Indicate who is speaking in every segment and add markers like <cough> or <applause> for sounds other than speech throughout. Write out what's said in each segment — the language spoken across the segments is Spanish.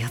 Speaker 1: Junta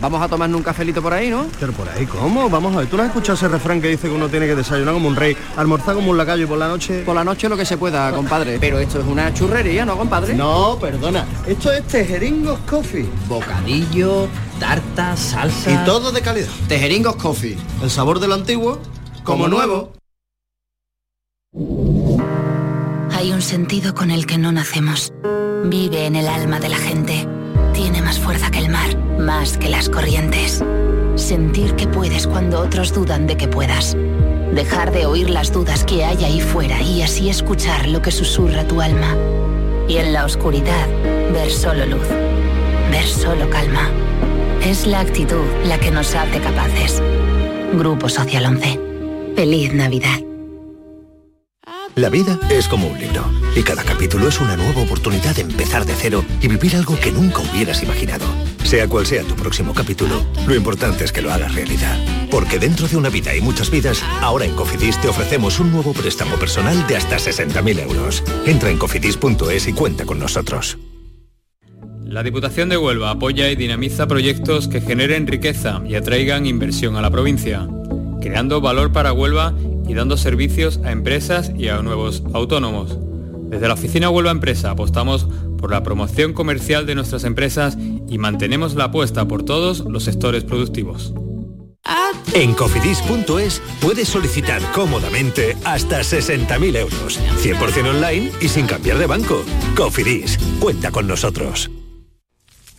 Speaker 2: Vamos a tomarnos un cafelito por ahí, ¿no?
Speaker 3: Pero por ahí, ¿cómo? Vamos a ver, ¿tú no has escuchado ese refrán que dice que uno tiene que desayunar como un rey, almorzar como un lacayo y por la noche...
Speaker 2: Por la noche lo que se pueda, compadre. Pero esto es una churrería, ¿no, compadre?
Speaker 3: No, perdona. Esto es Tejeringos Coffee.
Speaker 2: Bocadillo, tarta, salsa...
Speaker 3: Y todo de calidad.
Speaker 2: Tejeringos Coffee.
Speaker 3: El sabor de lo antiguo como, como nuevo.
Speaker 4: Hay un sentido con el que no nacemos. Vive en el alma de la gente tiene más fuerza que el mar, más que las corrientes. Sentir que puedes cuando otros dudan de que puedas. Dejar de oír las dudas que hay ahí fuera y así escuchar lo que susurra tu alma. Y en la oscuridad, ver solo luz, ver solo calma. Es la actitud la que nos hace capaces. Grupo Social 11. Feliz Navidad.
Speaker 5: La vida es como un libro y cada capítulo es una nueva oportunidad de empezar de cero y vivir algo que nunca hubieras imaginado. Sea cual sea tu próximo capítulo, lo importante es que lo hagas realidad. Porque dentro de una vida y muchas vidas, ahora en Cofidis te ofrecemos un nuevo préstamo personal de hasta 60.000 euros. Entra en cofidis.es y cuenta con nosotros.
Speaker 6: La Diputación de Huelva apoya y dinamiza proyectos que generen riqueza y atraigan inversión a la provincia, creando valor para Huelva y dando servicios a empresas y a nuevos autónomos. Desde la oficina Huelva Empresa apostamos por la promoción comercial de nuestras empresas y mantenemos la apuesta por todos los sectores productivos.
Speaker 5: En cofidis.es puedes solicitar cómodamente hasta 60.000 euros, 100% online y sin cambiar de banco. Cofidis, cuenta con nosotros.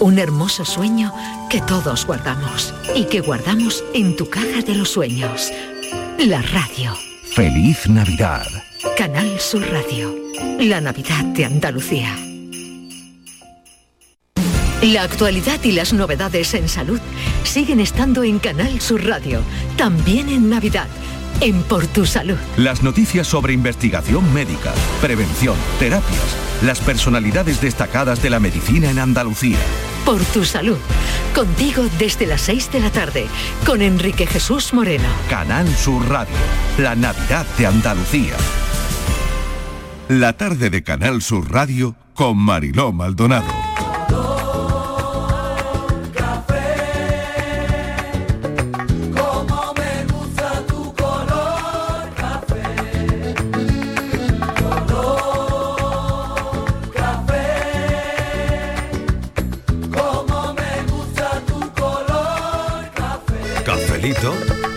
Speaker 1: Un hermoso sueño que todos guardamos y que guardamos en tu caja de los sueños. La radio.
Speaker 7: Feliz Navidad.
Speaker 1: Canal Sur Radio. La Navidad de Andalucía. La actualidad y las novedades en salud siguen estando en Canal Sur Radio, también en Navidad. En Por Tu Salud.
Speaker 7: Las noticias sobre investigación médica, prevención, terapias, las personalidades destacadas de la medicina en Andalucía.
Speaker 1: Por Tu Salud. Contigo desde las 6 de la tarde, con Enrique Jesús Moreno.
Speaker 7: Canal Sur Radio, la Navidad de Andalucía.
Speaker 8: La tarde de Canal Sur Radio con Mariló Maldonado.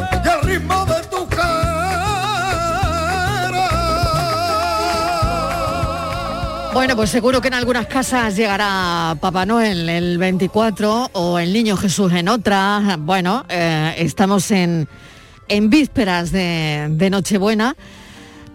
Speaker 9: y el ritmo de tu cara.
Speaker 10: Bueno, pues seguro que en algunas casas llegará Papá Noel el 24 o el Niño Jesús en otras. Bueno, eh, estamos en, en vísperas de, de Nochebuena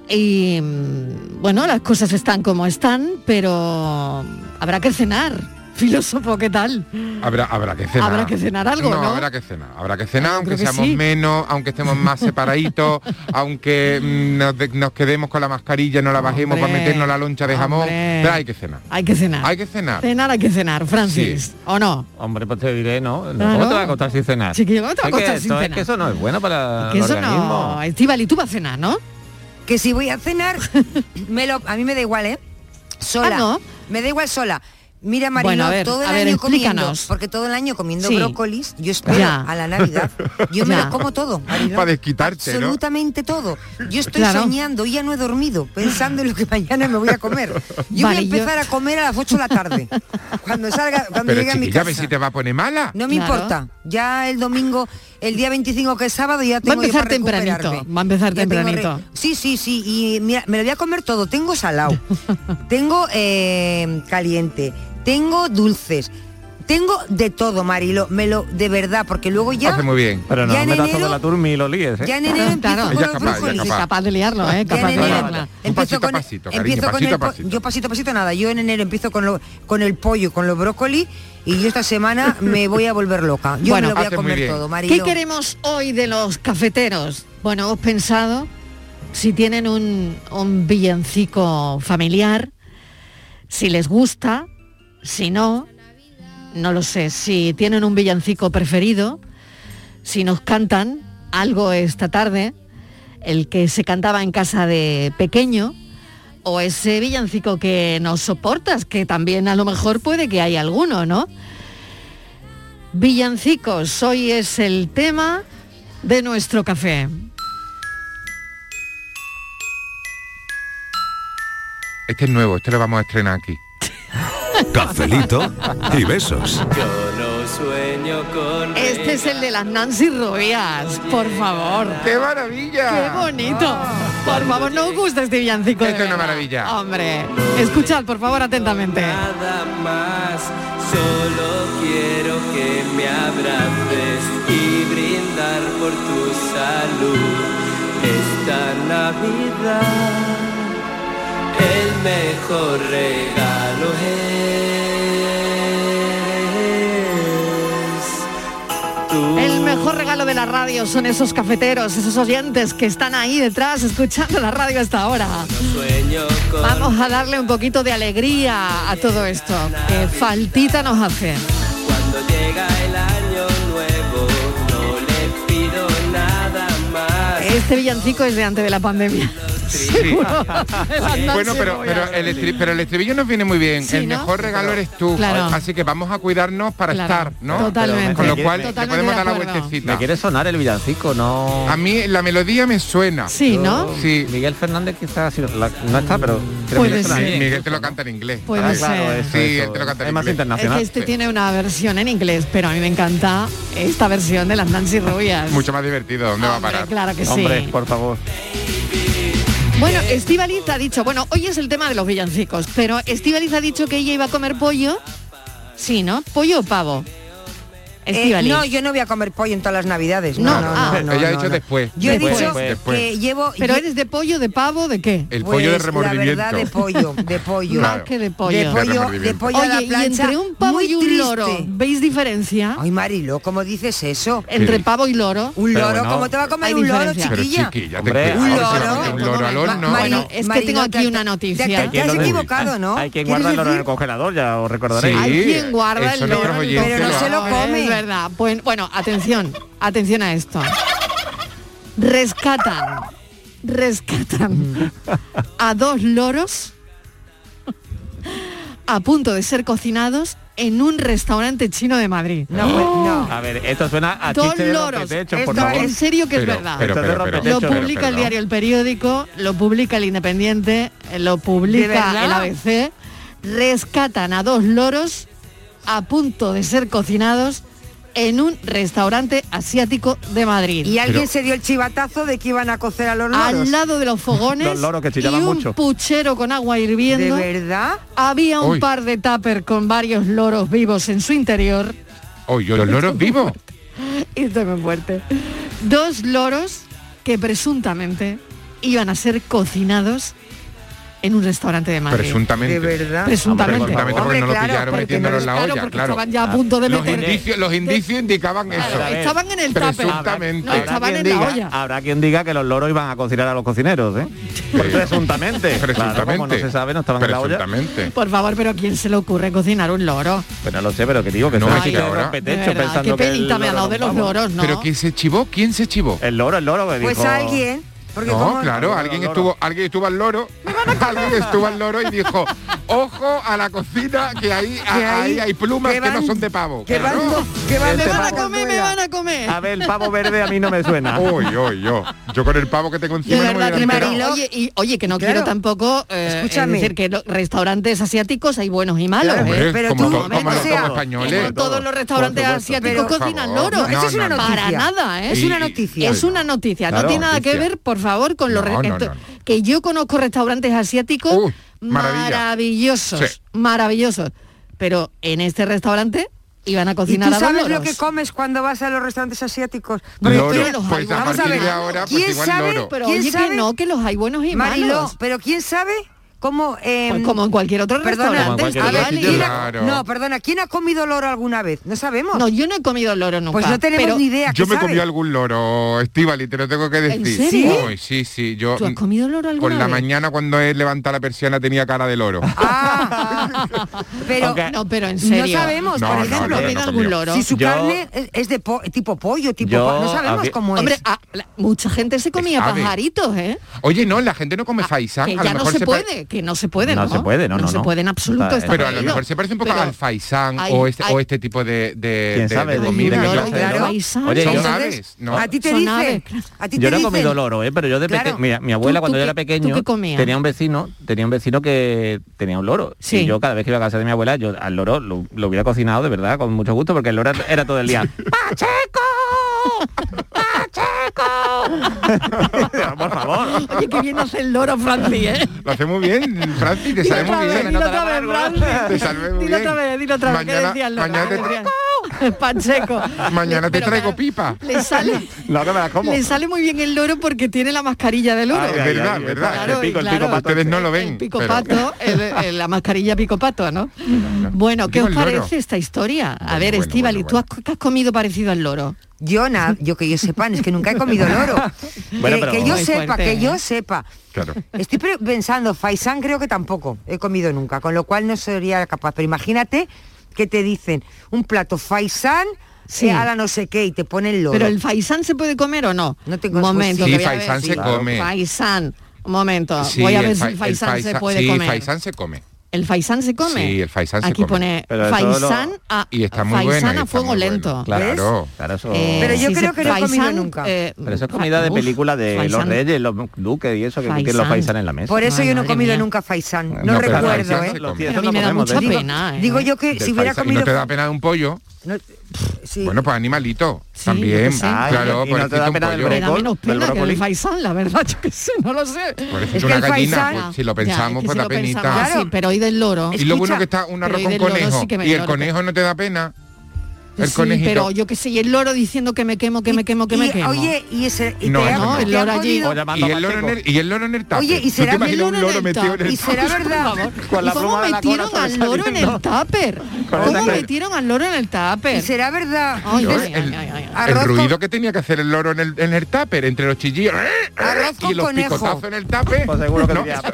Speaker 10: y mm, bueno, las cosas están como están, pero habrá que cenar. <laughs> Filósofo, ¿qué tal?
Speaker 11: Habrá, habrá que cenar.
Speaker 10: Habrá que cenar algo, ¿no?
Speaker 11: habrá que cenar. Habrá que cenar, aunque
Speaker 10: que
Speaker 11: seamos
Speaker 10: sí.
Speaker 11: menos, aunque estemos
Speaker 10: <laughs>
Speaker 11: más separaditos, aunque mm, nos, de- nos quedemos con la mascarilla, no la bajemos para
Speaker 10: Hombre,
Speaker 11: meternos la loncha de jamón.
Speaker 10: hombre.
Speaker 11: Pero hay que cenar.
Speaker 10: Hay que cenar.
Speaker 11: Hay que cenar.
Speaker 10: Cenar hay que cenar, Francis.
Speaker 12: Sí.
Speaker 10: ¿O no?
Speaker 12: Hombre, pues te diré, ¿no? No,
Speaker 10: Claro.
Speaker 12: ¿Cómo te va a costar sin cenar?
Speaker 10: Chiquillo, ¿cómo te va a
Speaker 12: Es que
Speaker 10: costar sin
Speaker 12: esto- Es
Speaker 10: cenar?
Speaker 12: que eso no es bueno para
Speaker 10: Que
Speaker 12: el
Speaker 10: eso
Speaker 12: organismo.
Speaker 10: no. Estivali, Oh, tú vas a cenar, ¿no?
Speaker 13: Que si voy
Speaker 10: <laughs>
Speaker 13: a cenar, me lo, a mí me da igual, ¿eh? Sola.
Speaker 10: Ah, ¿no?
Speaker 13: Me da igual sola. Mira, Marino,
Speaker 10: Bueno, a ver,
Speaker 13: todo el
Speaker 10: a ver,
Speaker 13: año comiendo,
Speaker 10: explícanos.
Speaker 13: porque todo el año comiendo
Speaker 10: Sí.
Speaker 13: brócolis, yo espero
Speaker 10: Ya.
Speaker 13: a la Navidad, yo me
Speaker 10: Ya.
Speaker 13: lo como todo,
Speaker 11: <laughs>
Speaker 13: Mariló.
Speaker 11: Para desquitarte, ¿no?
Speaker 13: absolutamente todo. Yo estoy
Speaker 11: Claro.
Speaker 13: soñando, ya no he dormido, pensando en lo que mañana me voy a comer. Yo voy a
Speaker 11: Vale, yo-
Speaker 13: empezar a comer a las 8 de la tarde, cuando salga, cuando
Speaker 11: Pero
Speaker 13: llegue a mi
Speaker 11: chiquilla, a
Speaker 13: casa.
Speaker 11: ver si te va a poner mala.
Speaker 13: No me importa. Ya el domingo, el día 25 que es sábado, ya tengo
Speaker 10: empezar
Speaker 13: yo para
Speaker 10: tempranito,
Speaker 13: recuperarme.
Speaker 10: va a empezar
Speaker 13: Ya tengo
Speaker 10: tempranito.
Speaker 13: Sí, sí, sí. Y mira, me lo voy a comer todo.
Speaker 10: <laughs>
Speaker 13: Tengo salado, tengo eh, caliente, tengo dulces. Tengo de todo, Marilo, me lo de verdad, porque luego ya
Speaker 12: Hace muy bien. Pero no
Speaker 13: ya en
Speaker 12: metas
Speaker 13: enero-
Speaker 12: todo la turmi y lo líes, ¿eh?
Speaker 13: ya
Speaker 12: <laughs>
Speaker 13: en enero empiezo con
Speaker 12: Ella
Speaker 13: los
Speaker 12: es capaz, ella
Speaker 13: brócolis.
Speaker 12: es
Speaker 10: Es capaz de liarlo, ¿eh? Capaz de liarla.
Speaker 13: Empiezo con,
Speaker 12: pasito, cariño,
Speaker 13: empiezo con
Speaker 12: pasito a
Speaker 13: el po-
Speaker 12: pasito.
Speaker 13: yo pasito a pasito nada. Yo en enero empiezo con lo- con el pollo, con los brócoli y yo
Speaker 10: <laughs>
Speaker 13: esta semana me voy a volver loca. Yo me lo voy a comer todo, Mariló.
Speaker 10: ¿Qué queremos hoy de los cafeteros? Bueno, hemos pensado si tienen un, un villancico familiar, si les gusta, si no, no lo sé, si tienen un villancico preferido, si nos cantan algo esta tarde, el que se cantaba en casa de pequeño, o ese villancico que no soportas, que también a lo mejor puede que hay alguno, ¿no? Villancicos, hoy es el tema de nuestro café.
Speaker 11: Este es nuevo, este lo vamos a estrenar aquí.
Speaker 5: Cafelito y besos.
Speaker 10: Este es el de las Nancy Rubias, por favor.
Speaker 11: ¡Qué maravilla! Ah.
Speaker 10: ¡Qué bonito! Por favor, no os gusta este villancico. de
Speaker 11: Esto es una
Speaker 10: verdad.
Speaker 11: maravilla.
Speaker 10: Hombre, escuchad, por favor, atentamente.
Speaker 14: nada más, solo quiero que me abraces y brindar por tu salud esta Navidad. El mejor regalo es tú.
Speaker 10: El mejor regalo de la radio son esos cafeteros, esos oyentes que están ahí detrás escuchando la radio hasta ahora.
Speaker 14: sueño con
Speaker 10: Vamos a darle un poquito de alegría a todo esto, que faltita nos hace.
Speaker 14: Cuando llega el año nuevo, no le pido nada más.
Speaker 10: Este villancico es de antes de la pandemia. <laughs>
Speaker 11: <laughs>
Speaker 10: Seguro. De las Nancy
Speaker 11: Bueno, pero,
Speaker 10: Rubias.
Speaker 11: pero, el estri- pero el estribillo nos viene muy bien.
Speaker 10: Sí,
Speaker 11: el
Speaker 10: ¿no?
Speaker 11: mejor regalo eres tú.
Speaker 10: Claro.
Speaker 11: Así que vamos a cuidarnos para
Speaker 10: Claro.
Speaker 11: estar, ¿no?
Speaker 10: Totalmente.
Speaker 11: Con lo cual le
Speaker 10: Totalmente
Speaker 11: podemos
Speaker 10: de
Speaker 11: dar la
Speaker 10: acuerdo.
Speaker 11: vueltecita.
Speaker 12: Me quiere sonar el villancico, no.
Speaker 11: A mí la melodía me suena.
Speaker 10: Sí, ¿no?
Speaker 11: Sí.
Speaker 12: Miguel Fernández quizás sí, la- no está, pero creo
Speaker 10: Puede
Speaker 12: que le suena
Speaker 10: ser.
Speaker 12: bien.
Speaker 11: Miguel te lo canta en inglés.
Speaker 10: Puede
Speaker 12: Ah, claro,
Speaker 10: ser.
Speaker 12: eso,
Speaker 11: Sí,
Speaker 12: eso.
Speaker 11: él te lo canta en
Speaker 12: Es más
Speaker 11: inglés.
Speaker 10: Es
Speaker 12: internacional.
Speaker 10: que este tiene una versión en inglés, pero a mí me encanta esta versión de las Nancy Rubias.
Speaker 11: Mucho más divertido. ¿Dónde va a parar?
Speaker 10: claro que sí. Hombre,
Speaker 11: por favor.
Speaker 10: Bueno, Estivaliz ha dicho, bueno, hoy es el tema de los villancicos, pero Estivaliz ha dicho que ella iba a comer pollo. Sí, ¿no? ¿Pollo o pavo?
Speaker 13: Eh,
Speaker 10: Estivaliz.
Speaker 13: no, yo no voy a comer pollo en todas las Navidades.
Speaker 10: No,
Speaker 13: No, no,
Speaker 10: ah.
Speaker 13: no, no,
Speaker 11: Ella ha
Speaker 13: no,
Speaker 11: dicho
Speaker 13: no.
Speaker 11: después.
Speaker 13: Yo he
Speaker 11: Después,
Speaker 13: dicho
Speaker 11: después.
Speaker 13: Pues, que llevo Pues,
Speaker 10: ¿Pero eres de pollo, de pavo, de qué?
Speaker 11: pues. El pollo de remordimiento.
Speaker 13: La verdad de pollo, de pollo.
Speaker 11: Claro.
Speaker 10: Más que de pollo.
Speaker 13: De pollo, de pollo a
Speaker 10: Oye,
Speaker 13: la
Speaker 10: y
Speaker 13: plancha,
Speaker 10: entre un pavo
Speaker 13: muy
Speaker 10: y un
Speaker 13: triste.
Speaker 10: loro, ¿veis diferencia?
Speaker 13: Ay, Marilo, ¿cómo dices eso?
Speaker 10: Entre pavo y loro.
Speaker 13: Un loro, ¿cómo te va a comer
Speaker 10: Hay
Speaker 13: un loro,
Speaker 10: diferencia.
Speaker 11: Pero
Speaker 13: chiquilla?
Speaker 11: chiquilla, te
Speaker 12: Hombre,
Speaker 11: cuidado,
Speaker 12: un
Speaker 11: se va a
Speaker 12: loro.
Speaker 11: meter un loro al horno.
Speaker 13: Marilo,
Speaker 10: Bueno, es que
Speaker 13: Marilo,
Speaker 10: tengo
Speaker 13: te-
Speaker 10: aquí una
Speaker 13: te- te-
Speaker 10: noticia.
Speaker 13: Te has equivocado, ¿no?
Speaker 12: Hay quien
Speaker 13: ¿Quieres
Speaker 12: guarda el oro en
Speaker 13: decir?
Speaker 12: el congelador, ya os recordaréis.
Speaker 10: Hay quien guarda
Speaker 12: Eso
Speaker 10: el
Speaker 12: nuestros
Speaker 10: loro,
Speaker 12: oyentes
Speaker 13: Pero no lo se lo
Speaker 10: hacen.
Speaker 13: come.
Speaker 10: Es verdad. Buen- Bueno, atención, atención a esto. Rescatan, rescatan a dos loros a punto de ser cocinados en un restaurante chino de Madrid.
Speaker 12: pues,
Speaker 13: pues,
Speaker 10: ¡Oh!
Speaker 12: A ver, esto suena a
Speaker 10: Dos
Speaker 12: chiste de
Speaker 10: loros.
Speaker 12: rompetechos, por
Speaker 10: Esto
Speaker 12: favor.
Speaker 10: en serio que es verdad.
Speaker 12: Esto es de
Speaker 10: lo
Speaker 12: rompetechos.
Speaker 10: publica el diario El Periódico, lo publica el Independiente, eh, lo publica
Speaker 13: verdad?
Speaker 10: el ABC. Rescatan a dos loros a punto de ser cocinados en un restaurante asiático de Madrid.
Speaker 13: Y alguien se dio el chivatazo de que iban a cocer a los loros.
Speaker 10: Al lado de los fogones
Speaker 12: Los loros que
Speaker 10: y
Speaker 12: chillaban
Speaker 10: un
Speaker 12: mucho.
Speaker 10: puchero con agua hirviendo.
Speaker 13: ¿De verdad?
Speaker 10: Había un
Speaker 11: Uy.
Speaker 10: par de tupper con varios loros vivos en su interior.
Speaker 11: Oye, los loros
Speaker 10: <laughs>
Speaker 11: vivos.
Speaker 10: Y esto es muy fuerte. Dos loros que presuntamente iban a ser cocinados en un restaurante de Madrid.
Speaker 11: Presuntamente. ¿De verdad?
Speaker 10: Presuntamente.
Speaker 11: Hombre, presuntamente, porque Hombre, no lo claro, pillaron porque metiéndolo no en la lo- claro, olla, porque claro.
Speaker 10: estaban ya a punto de
Speaker 11: Los
Speaker 10: meter.
Speaker 11: indicios- los indicios indicaban
Speaker 10: Claro,
Speaker 11: eso.
Speaker 10: Estaban en el tupper.
Speaker 11: Presuntamente.
Speaker 10: No, estaban en la olla.
Speaker 12: Habrá quien diga que los loros iban a cocinar a los cocineros, ¿eh? Presuntamente. Claro, como no se sabe, no estaban en la olla.
Speaker 11: Presuntamente.
Speaker 10: Por favor, pero ¿a quién se le ocurre cocinar un loro?
Speaker 12: Pero Pues no sé, pero que digo que
Speaker 11: No,
Speaker 12: se
Speaker 11: es
Speaker 12: me
Speaker 11: que
Speaker 12: quita
Speaker 11: ahora-
Speaker 12: el
Speaker 10: De
Speaker 12: petecho
Speaker 10: verdad,
Speaker 12: pensando
Speaker 10: qué
Speaker 12: que el
Speaker 10: penita me ha
Speaker 12: loro
Speaker 10: dado de los loros, ¿no?
Speaker 11: ¿Pero quién se chivó? Oh, ¿Quién se chivó?
Speaker 12: El loro, el loro.
Speaker 13: Pues alguien. Porque
Speaker 11: no,
Speaker 13: como-
Speaker 11: claro, alguien estuvo, alguien estuvo al loro, <laughs> alguien estuvo al loro y dijo, ojo a la cocina que ahí,
Speaker 13: Que ahí-
Speaker 11: ahí hay plumas
Speaker 13: que
Speaker 11: que, no
Speaker 13: van-
Speaker 11: son de pavo.
Speaker 13: que van dos- que van
Speaker 10: Me
Speaker 13: dos
Speaker 10: van a
Speaker 13: papas
Speaker 10: comer, me
Speaker 13: fuera.
Speaker 10: van a comer.
Speaker 12: A ver, el pavo verde a mí no me suena.
Speaker 11: <laughs> Uy, uy, yo. Yo con el pavo que tengo
Speaker 10: De
Speaker 11: encima no me hubiera
Speaker 10: verdad, que
Speaker 11: enterado.
Speaker 10: Marilo- oye, y- oye, que no
Speaker 11: Claro.
Speaker 10: quiero tampoco eh,
Speaker 11: Escúchame.
Speaker 10: decir que los restaurantes asiáticos hay buenos y malos.
Speaker 11: Claro,
Speaker 10: ¿eh?
Speaker 11: hombre, Pero como tú- to- como los-
Speaker 10: hombre, o sea,
Speaker 11: como españoles.
Speaker 10: no todos los restaurantes
Speaker 11: Por supuesto.
Speaker 10: asiáticos
Speaker 11: Pero-
Speaker 10: cocinan
Speaker 11: por favor.
Speaker 10: loro.
Speaker 11: No,
Speaker 10: eso es
Speaker 11: no,
Speaker 10: una
Speaker 11: no.
Speaker 10: noticia. Para nada, ¿eh?
Speaker 11: Es una noticia.
Speaker 10: Es una noticia.
Speaker 11: Claro,
Speaker 10: no tiene nada que
Speaker 11: noticia.
Speaker 10: ver, por favor, con los
Speaker 11: No, no,
Speaker 10: re-
Speaker 11: no,
Speaker 10: esto-
Speaker 11: no. Uh,
Speaker 10: que yo conozco restaurantes asiáticos
Speaker 11: maravilla.
Speaker 10: maravillosos,
Speaker 11: Sí.
Speaker 10: maravillosos. Pero en este restaurante iban a
Speaker 13: ¿Y
Speaker 10: cocinar
Speaker 13: tú
Speaker 10: a dos
Speaker 13: sabes lo
Speaker 10: loros.
Speaker 13: que comes cuando vas a los restaurantes asiáticos?
Speaker 11: Loro,
Speaker 13: ¿quién-
Speaker 11: pues a
Speaker 13: vamos a
Speaker 11: partir
Speaker 13: ver,
Speaker 11: de ahora, pues
Speaker 13: ¿quién
Speaker 11: igual
Speaker 13: sabe,
Speaker 11: loro.
Speaker 10: Pero
Speaker 13: ¿quién
Speaker 10: oye que
Speaker 13: sabe?
Speaker 10: no, que los hay buenos y
Speaker 13: Mariló,
Speaker 10: malos.
Speaker 13: pero ¿quién sabe cómo...? eh,
Speaker 10: Pues como en cualquier otro
Speaker 13: perdona,
Speaker 10: restaurante,
Speaker 13: a ver,
Speaker 10: igual y-
Speaker 13: ¿quién ha- No, perdona, ¿quién ha comido loro alguna vez? No sabemos.
Speaker 10: No, yo no he comido loro nunca.
Speaker 13: Pues no tenemos
Speaker 10: pero-
Speaker 13: ni idea.
Speaker 11: Yo
Speaker 13: ¿qué
Speaker 11: me
Speaker 13: sabe?
Speaker 11: comí algún loro, Estival, y te lo tengo que
Speaker 10: ¿En
Speaker 11: decir.
Speaker 10: serio?
Speaker 11: Uy, sí, sí. Yo
Speaker 10: ¿Tú has comido loro alguna
Speaker 11: por la
Speaker 10: vez?
Speaker 11: mañana cuando he levantado la persiana tenía cara de loro.
Speaker 13: Pero
Speaker 10: no, pero en
Speaker 13: no
Speaker 10: serio.
Speaker 13: sabemos,
Speaker 11: No,
Speaker 13: por
Speaker 11: no,
Speaker 13: ejemplo,
Speaker 11: no, no, no,
Speaker 10: algún
Speaker 11: comió.
Speaker 10: loro.
Speaker 13: si su
Speaker 11: Yo-
Speaker 13: carne es- es de po- tipo pollo, tipo...
Speaker 11: Yo
Speaker 13: pa- no sabemos
Speaker 11: había-
Speaker 13: cómo es.
Speaker 10: Hombre, a- la- mucha gente se comía
Speaker 11: ave.
Speaker 10: pajaritos, ¿eh?
Speaker 11: Oye, no, la gente no come faisán.
Speaker 10: Ah, Que
Speaker 11: a
Speaker 10: ya
Speaker 11: lo
Speaker 10: no
Speaker 11: mejor
Speaker 10: se
Speaker 11: pare-
Speaker 10: puede, que no se puede, ¿no?
Speaker 11: No se puede, no, no,
Speaker 10: se
Speaker 11: no.
Speaker 10: puede en absoluto. está
Speaker 11: Pero a lo
Speaker 10: prohibido.
Speaker 11: mejor se parece un poco
Speaker 10: Pero
Speaker 11: al faisán
Speaker 10: hay-
Speaker 11: o, este, o
Speaker 10: hay-
Speaker 11: este tipo de, de-
Speaker 12: ¿Quién
Speaker 11: de-
Speaker 12: sabe?
Speaker 11: de
Speaker 12: Hay
Speaker 11: comida.
Speaker 12: loro,
Speaker 11: que yo-
Speaker 12: claro. Faisán. Oye,
Speaker 11: son
Speaker 12: yo-
Speaker 11: aves, ¿no?
Speaker 13: A ti te
Speaker 10: Son
Speaker 13: dicen...
Speaker 10: aves,
Speaker 13: A ti
Speaker 12: Yo
Speaker 13: te
Speaker 12: no he comido
Speaker 13: dicen-
Speaker 12: loro, ¿eh? pero yo de
Speaker 13: Claro.
Speaker 12: peque- mira, mi abuela
Speaker 13: ¿Tú-
Speaker 12: cuando
Speaker 13: tú
Speaker 12: yo era
Speaker 13: qué- tú
Speaker 12: pequeño
Speaker 13: qué comías?
Speaker 12: tenía un vecino, tenía un vecino que tenía un loro.
Speaker 10: Sí.
Speaker 12: Y yo cada vez que iba a casa de mi abuela, yo al loro lo, lo hubiera cocinado de verdad con mucho gusto porque el loro era todo el
Speaker 13: <laughs>
Speaker 12: día. Por favor.
Speaker 10: <laughs> Oye, qué bien hace el loro, Franci, ¿eh?
Speaker 11: Lo hace muy bien, Francis, te
Speaker 10: Dilo
Speaker 11: sale
Speaker 10: otra
Speaker 11: muy
Speaker 10: vez,
Speaker 11: bien.
Speaker 10: dilo otra vez, Franci.
Speaker 11: Te salve muy
Speaker 10: Dilo
Speaker 11: bien.
Speaker 10: otra vez, dilo otra vez. ¿Qué
Speaker 11: Mañana-
Speaker 10: decían los
Speaker 11: mañana te
Speaker 10: <laughs> Pacheco.
Speaker 11: Mañana te traigo pipa.
Speaker 10: Le sale,
Speaker 12: No, que me la como.
Speaker 10: le sale muy bien el loro porque tiene la mascarilla de loro.
Speaker 11: Ah, Es verdad, es verdad.
Speaker 10: Claro, y claro,
Speaker 11: Ustedes no lo ven.
Speaker 10: Pico
Speaker 11: pero-
Speaker 10: pato, el- el- la mascarilla pico pato, ¿no? Bueno, ¿qué
Speaker 13: Digo
Speaker 10: os
Speaker 13: el loro.
Speaker 10: parece esta historia? A ver, Estivali, ¿tú has, qué has comido parecido al loro?
Speaker 13: Yo nada, yo que yo sepa, es que nunca he comido loro.
Speaker 10: <laughs> Bueno,
Speaker 13: que,
Speaker 10: pero-
Speaker 13: que yo
Speaker 10: Muy
Speaker 13: sepa,
Speaker 10: fuerte,
Speaker 13: que yo
Speaker 10: ¿eh?
Speaker 13: sepa.
Speaker 11: Claro.
Speaker 13: Estoy pre- pensando, faisán creo que tampoco he comido nunca, con lo cual no sería capaz. Pero imagínate que te dicen un plato faisán
Speaker 10: Sí.
Speaker 13: eh, a la no sé qué y te ponen loro.
Speaker 10: ¿Pero el faisán se puede comer o no? No tengo Momento,
Speaker 11: Sí,
Speaker 10: que voy a
Speaker 11: faisán
Speaker 10: ver.
Speaker 11: se Claro. come.
Speaker 10: Faisán, un momento,
Speaker 11: Sí,
Speaker 10: voy a
Speaker 11: el
Speaker 10: ver si
Speaker 11: fa-
Speaker 10: el faisán
Speaker 11: el
Speaker 10: se puede
Speaker 11: sí,
Speaker 10: comer.
Speaker 11: faisán se come.
Speaker 10: ¿El faisán se come?
Speaker 11: Sí, el faisán se
Speaker 10: Aquí
Speaker 11: come.
Speaker 10: pone
Speaker 11: Pero eso lo-
Speaker 10: faisán a,
Speaker 11: Y está muy
Speaker 10: faisán
Speaker 11: bueno, y
Speaker 10: a
Speaker 11: está
Speaker 10: fuego
Speaker 11: muy bueno.
Speaker 10: lento.
Speaker 11: Claro.
Speaker 10: Eh,
Speaker 13: Oh. Pero yo
Speaker 10: sí,
Speaker 13: creo
Speaker 10: se-
Speaker 13: que no he comido
Speaker 10: faisán,
Speaker 13: nunca.
Speaker 10: eh,
Speaker 12: Pero eso es comida de
Speaker 10: Uf,
Speaker 12: película de los
Speaker 10: faisán.
Speaker 12: reyes, los duques y eso, que tienen los
Speaker 10: Faisán.
Speaker 12: faisán en la mesa.
Speaker 13: Por eso yo no he
Speaker 10: madre
Speaker 13: comido
Speaker 10: mía.
Speaker 13: nunca faisán. No,
Speaker 12: No, pero
Speaker 13: recuerdo,
Speaker 12: faisán
Speaker 13: ¿eh?
Speaker 12: se come. Pero a mí me da mucha
Speaker 13: Digo-
Speaker 10: pena, ¿eh?
Speaker 13: Digo yo que si hubiera
Speaker 11: faisán. ¿Y
Speaker 13: comido...
Speaker 11: no te da pena de un pollo?
Speaker 13: No, sí.
Speaker 11: Bueno, pues animalito.
Speaker 10: Sí, yo
Speaker 11: también.
Speaker 10: qué sé.
Speaker 11: claro,
Speaker 12: y no te da
Speaker 11: pobrecito, un
Speaker 12: pena del
Speaker 11: pollo.
Speaker 10: Me da menos
Speaker 11: Del
Speaker 10: pena que el
Speaker 11: brócoli.
Speaker 10: faisán, la verdad, yo qué sé, no lo sé.
Speaker 11: ejemplo, una
Speaker 10: el
Speaker 11: gallina,
Speaker 10: faisán-
Speaker 11: pues, si lo
Speaker 10: Ya, es
Speaker 11: pensamos,
Speaker 10: que
Speaker 11: pues
Speaker 10: si
Speaker 11: da
Speaker 10: lo
Speaker 11: penita.
Speaker 10: pensamos,
Speaker 11: Claro.
Speaker 10: Sí, pero hoy del loro.
Speaker 11: Y lo bueno que está un
Speaker 10: Pero
Speaker 11: arroz
Speaker 10: hoy
Speaker 11: con
Speaker 10: del loro
Speaker 11: conejo.
Speaker 10: sí que me
Speaker 11: y el
Speaker 10: loro, ¿eh?
Speaker 11: conejo no te da pena. El
Speaker 10: sí,
Speaker 11: conejito.
Speaker 10: pero yo qué sé, y el loro diciendo que me quemo, que me quemo, que me
Speaker 13: Y,
Speaker 10: quemo.
Speaker 13: oye, y ese... y
Speaker 11: No,
Speaker 13: te
Speaker 11: eso
Speaker 13: ha-
Speaker 11: no.
Speaker 13: te
Speaker 10: el loro
Speaker 13: han
Speaker 10: allí.
Speaker 13: comido-
Speaker 10: O llamando
Speaker 11: Y el loro en el, y el loro en el tupper.
Speaker 13: Oye, ¿y
Speaker 11: ¿No
Speaker 13: será-
Speaker 11: te imaginas
Speaker 13: el
Speaker 11: un
Speaker 13: loro
Speaker 11: loro
Speaker 13: en el
Speaker 11: metido en el <laughs>
Speaker 13: ¿Y será
Speaker 11: tupper?
Speaker 13: verdad?
Speaker 11: Con
Speaker 10: ¿Y
Speaker 11: la
Speaker 10: cómo
Speaker 11: pluma de la
Speaker 10: metieron
Speaker 11: cola
Speaker 10: al loro en el
Speaker 11: saliendo.
Speaker 10: tupper?
Speaker 11: Con
Speaker 10: ¿Cómo
Speaker 11: esa-
Speaker 10: metieron al loro en el tupper?
Speaker 13: ¿Y será verdad?
Speaker 10: Ay,
Speaker 11: Yo,
Speaker 10: ay,
Speaker 11: el-
Speaker 10: ay, ay, ay.
Speaker 11: El
Speaker 13: Arroz con-
Speaker 11: ruido que tenía que hacer el loro en el, en el tupper, entre los chillillos
Speaker 13: Arroz
Speaker 11: y
Speaker 13: con
Speaker 11: los
Speaker 13: conejo.
Speaker 11: picotazos en el tupper.
Speaker 12: Pues seguro que
Speaker 11: No,
Speaker 12: diría,
Speaker 11: Eso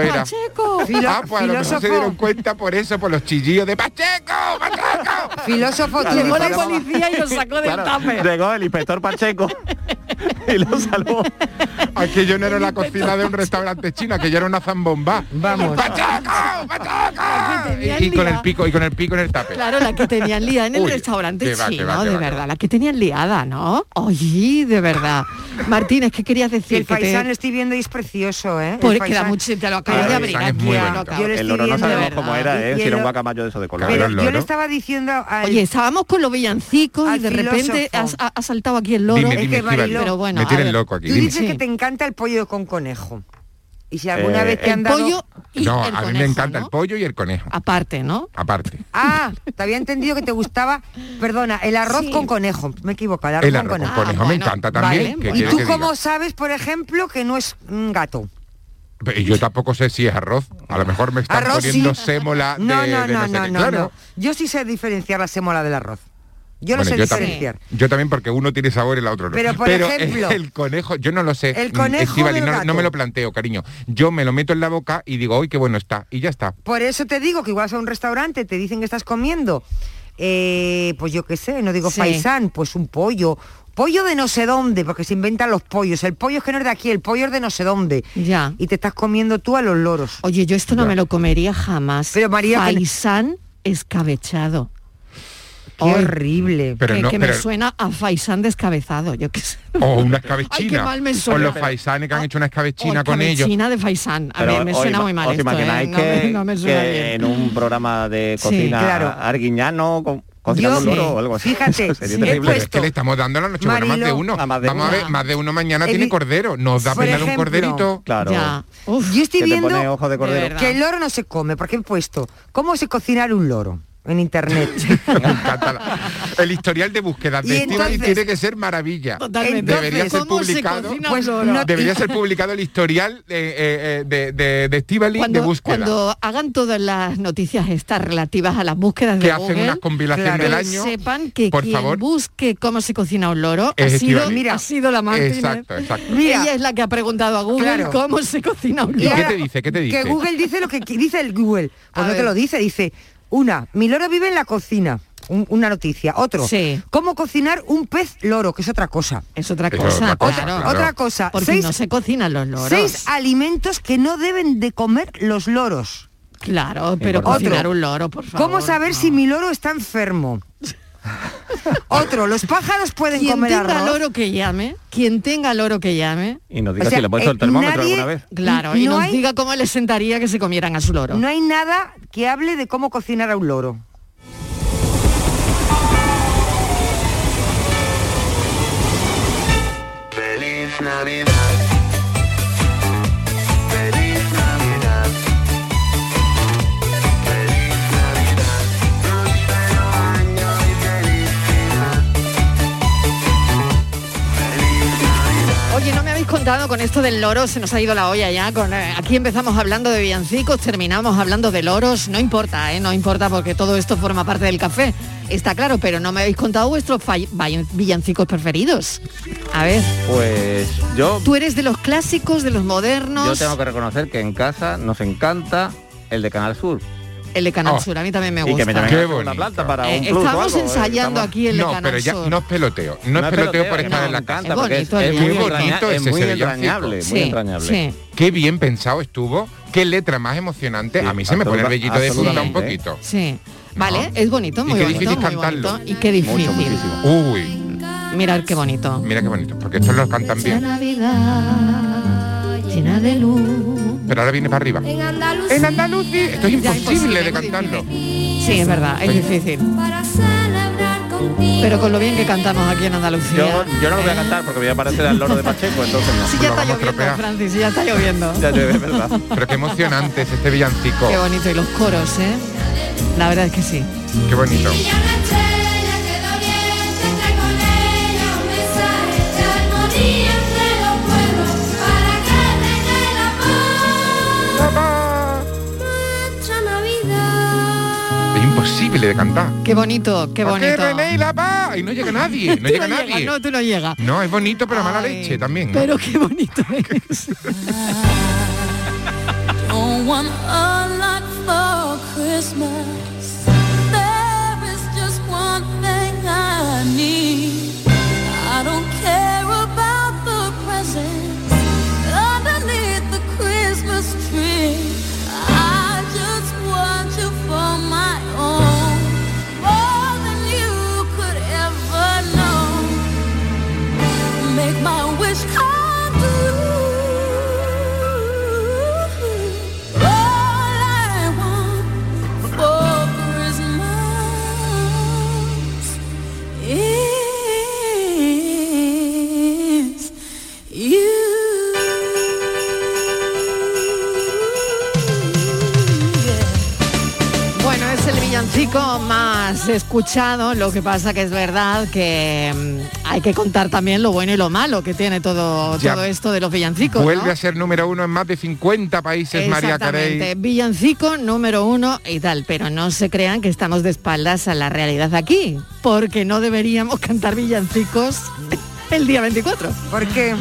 Speaker 11: era.
Speaker 10: Pacheco.
Speaker 13: Filo-
Speaker 11: ah, pues a lo mejor se
Speaker 13: filósofo.
Speaker 11: dieron cuenta por eso, por los chillillos de Pacheco, Pacheco.
Speaker 13: Filósofo,
Speaker 10: Llegó la
Speaker 13: filósofo.
Speaker 10: policía y lo sacó del
Speaker 12: Claro,
Speaker 10: tupper.
Speaker 12: llegó el inspector Pacheco y lo salvó.
Speaker 11: Aquello no era la cocina de un restaurante chino, aquello era una zambomba.
Speaker 13: Vamos.
Speaker 11: ¡Pachaca! ¡Pachaca! Y, y con el pico, y con el pico en el tape.
Speaker 10: Claro, la que tenían liada en el
Speaker 11: Uy,
Speaker 10: restaurante
Speaker 11: qué va, qué
Speaker 10: chino,
Speaker 11: va, qué
Speaker 10: de
Speaker 11: va, qué
Speaker 10: verdad, la que tenían liada, ¿no? Oye, de verdad. Martín, es que querías decir
Speaker 13: el
Speaker 10: que te-
Speaker 13: paisano estoy viendo y es precioso, ¿eh? El
Speaker 10: Pues queda
Speaker 13: faisán.
Speaker 10: mucho, te lo acabas de abrir aquí, ya lo acabas.
Speaker 12: El loro no sabemos cómo era,
Speaker 13: Y-
Speaker 12: ¿eh?
Speaker 13: y
Speaker 12: Si
Speaker 13: el
Speaker 12: era un
Speaker 13: loro-
Speaker 12: guacamayo de eso de color.
Speaker 13: Pero yo le estaba diciendo al...
Speaker 10: Oye, estábamos con los villancicos y
Speaker 13: al
Speaker 10: de repente
Speaker 13: filósofo.
Speaker 10: has- ha, ha saltado aquí el loro.
Speaker 11: Dime, dime, Estíbaliz,
Speaker 10: pero bueno,
Speaker 11: me
Speaker 10: a
Speaker 11: tienen
Speaker 10: ver.
Speaker 11: loco aquí.
Speaker 13: Tú
Speaker 11: dime.
Speaker 13: dices que te encanta el pollo con conejo. Y si alguna
Speaker 11: Eh,
Speaker 13: vez te
Speaker 11: el
Speaker 13: han dado...
Speaker 11: pollo y No, el a mí me conejo, encanta el pollo y el conejo.
Speaker 10: Aparte, ¿no?
Speaker 11: Aparte.
Speaker 13: Ah, te había entendido que te gustaba, perdona, el arroz con conejo. Me he equivocado, el arroz,
Speaker 11: El arroz con
Speaker 13: conejo.
Speaker 11: conejo
Speaker 10: Ah,
Speaker 11: me encanta también.
Speaker 13: Vale.
Speaker 11: ¿qué
Speaker 13: ¿Y
Speaker 11: quieres
Speaker 13: tú
Speaker 11: que diga?
Speaker 13: cómo sabes, por ejemplo, que no es un gato?
Speaker 11: Pero Yo tampoco sé si es arroz. A lo mejor me están
Speaker 13: Arroz, sí.
Speaker 11: poniendo sémola de
Speaker 13: No, no,
Speaker 11: de
Speaker 13: no,
Speaker 11: sé
Speaker 13: no,
Speaker 11: qué.
Speaker 13: no,
Speaker 11: Claro.
Speaker 13: no. Yo sí sé diferenciar la semola del arroz. Yo lo
Speaker 11: Bueno,
Speaker 13: sé
Speaker 11: también-
Speaker 13: diferenciar.
Speaker 11: yo también porque uno tiene sabor y la otro no. eh,
Speaker 13: Pero, por ejemplo,
Speaker 11: el conejo, yo no lo sé.
Speaker 13: el
Speaker 11: mm,
Speaker 13: conejo
Speaker 11: Estíbaliz,
Speaker 13: del
Speaker 11: no, no
Speaker 13: gato.
Speaker 11: me lo planteo, cariño. Yo me lo meto en la boca y digo, ¡ay, qué bueno está! Y ya está.
Speaker 13: Por eso te digo que igual a un restaurante, te dicen que estás comiendo, eh, pues yo qué sé, no digo
Speaker 10: Sí.
Speaker 13: faisán, pues un pollo. Pollo de no sé dónde, porque se inventan los pollos. El pollo es que no es de aquí, el pollo es de no sé dónde.
Speaker 10: Ya.
Speaker 13: Y te estás comiendo tú a los loros.
Speaker 10: Oye, yo esto no me lo comería jamás. Pero
Speaker 13: María, que-
Speaker 10: Faisán escabechado.
Speaker 13: Qué horrible.
Speaker 11: Pero
Speaker 10: que,
Speaker 11: no-
Speaker 10: que me
Speaker 11: pero-
Speaker 10: suena a faisán descabezado, yo qué sé.
Speaker 11: O una
Speaker 10: Ay, qué
Speaker 11: escabechina.
Speaker 10: mal me
Speaker 11: o
Speaker 10: suena.
Speaker 11: los faisanes
Speaker 13: Ah,
Speaker 11: que han hecho una escabechina con ellos.
Speaker 10: Escabechina de faisán. A
Speaker 12: Pero
Speaker 10: mí me
Speaker 12: os
Speaker 10: suena
Speaker 12: ima-
Speaker 10: muy mal
Speaker 12: ¿Os
Speaker 10: esto, ¿eh?
Speaker 12: imagináis
Speaker 10: No
Speaker 12: que,
Speaker 10: me- no me suena
Speaker 12: que
Speaker 10: bien.
Speaker 12: en un programa de
Speaker 10: Sí,
Speaker 12: cocina
Speaker 10: claro.
Speaker 12: arguiñano con, cocinando
Speaker 13: Yo-
Speaker 12: un loro
Speaker 13: sí.
Speaker 12: o algo así?
Speaker 13: Fíjate,
Speaker 12: <laughs> Eso sería
Speaker 13: sí, he
Speaker 12: terrible.
Speaker 13: puesto-
Speaker 11: Es que le estamos dando la noche más
Speaker 13: Marilo-
Speaker 11: de uno.
Speaker 13: Ah, más de
Speaker 11: Vamos a
Speaker 13: uno.
Speaker 11: ver, más de uno mañana
Speaker 13: He
Speaker 11: tiene
Speaker 13: vi-
Speaker 11: cordero. Nos da
Speaker 13: Por
Speaker 11: pena de un
Speaker 13: ejemplo,
Speaker 11: corderito.
Speaker 12: Claro.
Speaker 13: Ya. Yo estoy
Speaker 12: Que te
Speaker 13: viendo
Speaker 12: pone ojo de cordero. De verdad.
Speaker 13: que el loro no se come, porque he puesto cómo se cocinar un loro en internet.
Speaker 11: El historial de búsqueda
Speaker 13: Y
Speaker 11: de Estíbaliz
Speaker 13: entonces-
Speaker 11: tiene que ser maravilla.
Speaker 13: Totalmente.
Speaker 11: Debería ser
Speaker 13: ¿Cómo se
Speaker 11: publicado.
Speaker 13: cocina un Pues loro? no-
Speaker 11: debería ser publicado el historial eh, eh, eh, de, de, de Estíbaliz
Speaker 10: cuando,
Speaker 11: de búsqueda.
Speaker 10: cuando hagan todas las noticias estas relativas a las búsquedas
Speaker 11: Que
Speaker 10: de
Speaker 11: hacen
Speaker 10: Google,
Speaker 11: una compilación Claro. del
Speaker 10: que
Speaker 11: año,
Speaker 10: sepan que
Speaker 11: por
Speaker 10: quien
Speaker 11: favor.
Speaker 10: busque cómo se cocina un loro ha
Speaker 11: Es
Speaker 10: sido,
Speaker 11: Estíbaliz.
Speaker 10: ha sido la Martínez.
Speaker 11: Exacto, exacto.
Speaker 10: Ella es la que ha preguntado a Google
Speaker 13: Claro.
Speaker 10: cómo se cocina un
Speaker 11: ¿Y
Speaker 10: loro.
Speaker 11: qué te dice? ¿Qué te dice?
Speaker 13: Que Google dice lo que qui- dice
Speaker 10: <laughs>
Speaker 13: el Google. Pues
Speaker 10: A
Speaker 13: no te
Speaker 10: ver.
Speaker 13: lo dice, dice, una, mi loro vive en la cocina. Un- una noticia. Otro,
Speaker 10: Sí.
Speaker 13: cómo cocinar un pez loro, que es otra cosa.
Speaker 10: Es otra
Speaker 13: Eso,
Speaker 10: cosa,
Speaker 13: otra cosa,
Speaker 10: claro.
Speaker 13: claro. otra cosa.
Speaker 10: Porque
Speaker 13: Seis-
Speaker 10: no se cocinan los loros.
Speaker 13: Seis alimentos que no deben de comer los loros.
Speaker 10: Claro, pero
Speaker 13: Otro.
Speaker 10: cocinar un loro, por favor.
Speaker 13: ¿Cómo saber si mi loro
Speaker 10: <laughs>
Speaker 13: está enfermo? Otro, los pájaros pueden
Speaker 10: Quien
Speaker 13: comer
Speaker 10: tenga
Speaker 13: arroz.
Speaker 10: loro que llame, quien tenga loro que llame.
Speaker 12: Y nos diga
Speaker 13: O sea,
Speaker 12: si le he puesto
Speaker 13: eh,
Speaker 12: el termómetro
Speaker 13: nadie-
Speaker 12: alguna vez.
Speaker 10: Claro, y
Speaker 13: No
Speaker 10: nos
Speaker 13: hay-
Speaker 10: diga cómo le sentaría que se comieran a su loro.
Speaker 13: No hay nada que hable de cómo cocinar a un loro.
Speaker 14: Feliz Navidad. Feliz Navidad. Feliz Navidad. Próspero año y felicidad.
Speaker 10: Oye, no me habéis contado con esto del loro, se nos ha ido la olla ya. Con, eh, aquí empezamos hablando de villancicos, terminamos hablando de loros, no importa, ¿eh? no importa porque todo esto forma parte del café, está claro, pero no me habéis contado vuestros fall- vall- villancicos preferidos. A ver,
Speaker 12: Pues yo,
Speaker 10: tú eres de los clásicos, de los
Speaker 12: yo
Speaker 10: modernos,
Speaker 12: tengo que reconocer que en casa nos encanta el de Canal Sur.
Speaker 10: el de Canal
Speaker 12: Oh.
Speaker 10: Sur, a mí también me
Speaker 12: Y
Speaker 10: gusta.
Speaker 12: que me llamen a la segunda planta para
Speaker 10: Eh,
Speaker 12: un plus o
Speaker 10: estamos
Speaker 12: algo, ¿eh?
Speaker 10: ensayando aquí el de
Speaker 11: no,
Speaker 10: Canal
Speaker 11: pero ya
Speaker 10: Sur.
Speaker 11: no es peloteo. No, es peloteo, por estar en la casa.
Speaker 12: Es porque es-
Speaker 10: bonito,
Speaker 12: es
Speaker 10: es
Speaker 12: muy
Speaker 10: bonito.
Speaker 12: bonito,
Speaker 11: Es
Speaker 12: ese
Speaker 11: muy
Speaker 12: señor
Speaker 11: entrañable,
Speaker 12: Francisco.
Speaker 11: muy
Speaker 12: Sí,
Speaker 11: entrañable.
Speaker 12: sí.
Speaker 11: Qué bien pensado estuvo. Qué letra más emocionante. a mí se me pone el
Speaker 12: absoluta-
Speaker 11: vellito de punta un
Speaker 12: absolutamente.
Speaker 11: poquito.
Speaker 10: Sí, vale, es bonito,
Speaker 11: Y
Speaker 10: muy
Speaker 11: qué
Speaker 10: bonito,
Speaker 11: difícil
Speaker 10: muy
Speaker 11: cantarlo.
Speaker 10: bonito. Y qué difícil.
Speaker 11: Uy,
Speaker 10: Mirad qué bonito.
Speaker 11: mira qué bonito. Porque estos lo cantan bien.
Speaker 10: Navidad llena de luz.
Speaker 11: Pero ahora viene para arriba.
Speaker 10: Andalucía. En Andalucía.
Speaker 11: Esto es imposible de cantarlo.
Speaker 10: Sí, es verdad, es
Speaker 11: Sí.
Speaker 10: difícil. Pero con lo bien que cantamos aquí en
Speaker 12: Yo,
Speaker 10: Andalucía.
Speaker 12: yo no lo voy a cantar porque voy a parecer al loro de Pacheco, entonces no.
Speaker 10: Sí, ya está lloviendo, Francis, ya está lloviendo.
Speaker 12: <laughs> Ya llueve, ¿verdad?
Speaker 11: Pero qué emocionante es este villancico.
Speaker 10: Qué bonito, y los coros, ¿eh? La verdad es que sí.
Speaker 11: Qué bonito. Es imposible de cantar.
Speaker 10: Qué bonito, qué
Speaker 11: ¿Por qué
Speaker 10: bonito.
Speaker 11: René y la Paz? Y no llega nadie, no
Speaker 10: <laughs> Tú
Speaker 11: llega nadie.
Speaker 10: No, tú no llegas.
Speaker 11: No, es bonito, pero mala leche también.
Speaker 10: Pero qué bonito es.
Speaker 15: No one unlocked for Christmas. There is just one thing I need. I don't care about
Speaker 10: has escuchado, lo que pasa que es verdad que mm, hay que contar también lo bueno y lo malo que tiene todo,
Speaker 11: Ya.
Speaker 10: todo esto de los villancicos. ¿no?
Speaker 11: Vuelve a ser número uno en más de 50 países, María
Speaker 10: Exactamente,
Speaker 11: Carey.
Speaker 10: villancico número uno y tal, pero no se crean que estamos de espaldas a la realidad aquí, porque no deberíamos cantar villancicos el día 24.
Speaker 13: ¿Por qué?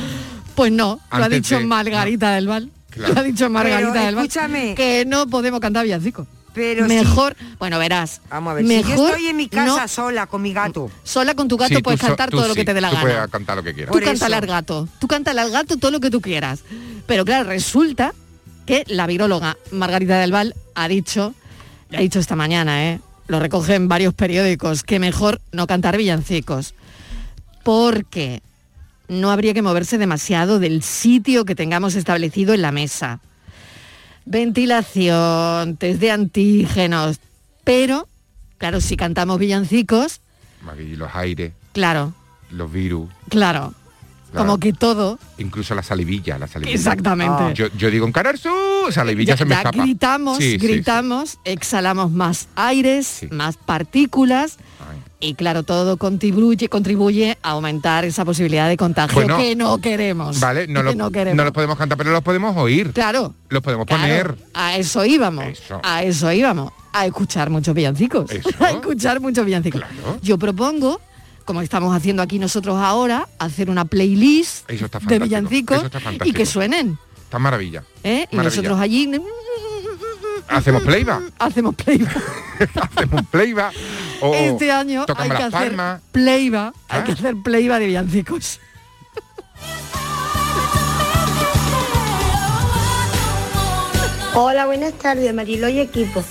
Speaker 10: Pues no, lo ha
Speaker 11: Antes
Speaker 10: dicho
Speaker 11: de-
Speaker 10: Margarita del Val.
Speaker 11: Claro.
Speaker 10: Lo ha dicho Margarita
Speaker 13: Pero,
Speaker 10: del Val. Que no podemos cantar villancicos.
Speaker 13: Pero sí.
Speaker 10: mejor, bueno, verás.
Speaker 13: Vamos a ver,
Speaker 10: mejor
Speaker 13: si yo estoy en mi casa
Speaker 10: no-
Speaker 13: sola con mi gato.
Speaker 10: sola con tu gato
Speaker 11: Sí, tú
Speaker 10: puedes
Speaker 11: so-
Speaker 10: cantar
Speaker 11: tú
Speaker 10: todo lo
Speaker 11: sí,
Speaker 10: que te dé la
Speaker 11: tú
Speaker 10: gana.
Speaker 11: puedes cantar lo que quieras.
Speaker 10: Tú cántale al gato, tú cántale al gato todo lo que tú quieras. Pero claro, resulta que la viróloga Margarita del Val ha dicho, lo ha dicho esta mañana, ¿eh? lo recoge en varios periódicos, que mejor no cantar villancicos. Porque no habría que moverse demasiado del sitio que tengamos establecido en la mesa. Ventilación, test de antígenos. Pero, claro, si cantamos villancicos,
Speaker 11: Aquí los aires,
Speaker 10: claro,
Speaker 11: los virus,
Speaker 10: claro,
Speaker 11: Claro.
Speaker 10: como que todo
Speaker 11: incluso la salivilla, la salivilla.
Speaker 10: Exactamente.
Speaker 11: Yo, yo digo en Canal Sur, salivilla
Speaker 10: ya,
Speaker 11: se me
Speaker 10: ya
Speaker 11: escapa.
Speaker 10: gritamos,
Speaker 11: Sí, sí, sí.
Speaker 10: gritamos, exhalamos más aires, más partículas y claro, todo contribuye, contribuye a aumentar esa posibilidad de contagio
Speaker 11: Bueno,
Speaker 10: que no queremos.
Speaker 11: Vale, no,
Speaker 10: que
Speaker 11: lo-
Speaker 10: no queremos.
Speaker 11: no los podemos cantar, pero los podemos oír.
Speaker 10: Claro.
Speaker 11: Los podemos
Speaker 10: Claro,
Speaker 11: poner.
Speaker 10: a eso íbamos, a eso íbamos, a escuchar muchos villancicos, <laughs> a escuchar muchos villancicos. Yo propongo, como estamos haciendo aquí nosotros ahora, hacer una playlist
Speaker 11: Eso está
Speaker 10: de
Speaker 11: fantástico,
Speaker 10: villancicos
Speaker 11: eso está
Speaker 10: y que
Speaker 11: fantástico.
Speaker 10: suenen.
Speaker 11: Está maravilla.
Speaker 10: ¿eh? Y
Speaker 11: Maravilla.
Speaker 10: nosotros allí
Speaker 11: Hacemos playback.
Speaker 10: <laughs> hacemos playback.
Speaker 11: Hacemos playback. O
Speaker 10: este año hay
Speaker 11: tocamos
Speaker 10: que
Speaker 11: las
Speaker 10: hacer
Speaker 11: palmas. Ah.
Speaker 10: playback, hay que hacer playback de villancicos.
Speaker 16: Hola, buenas tardes, Marilo y equipo.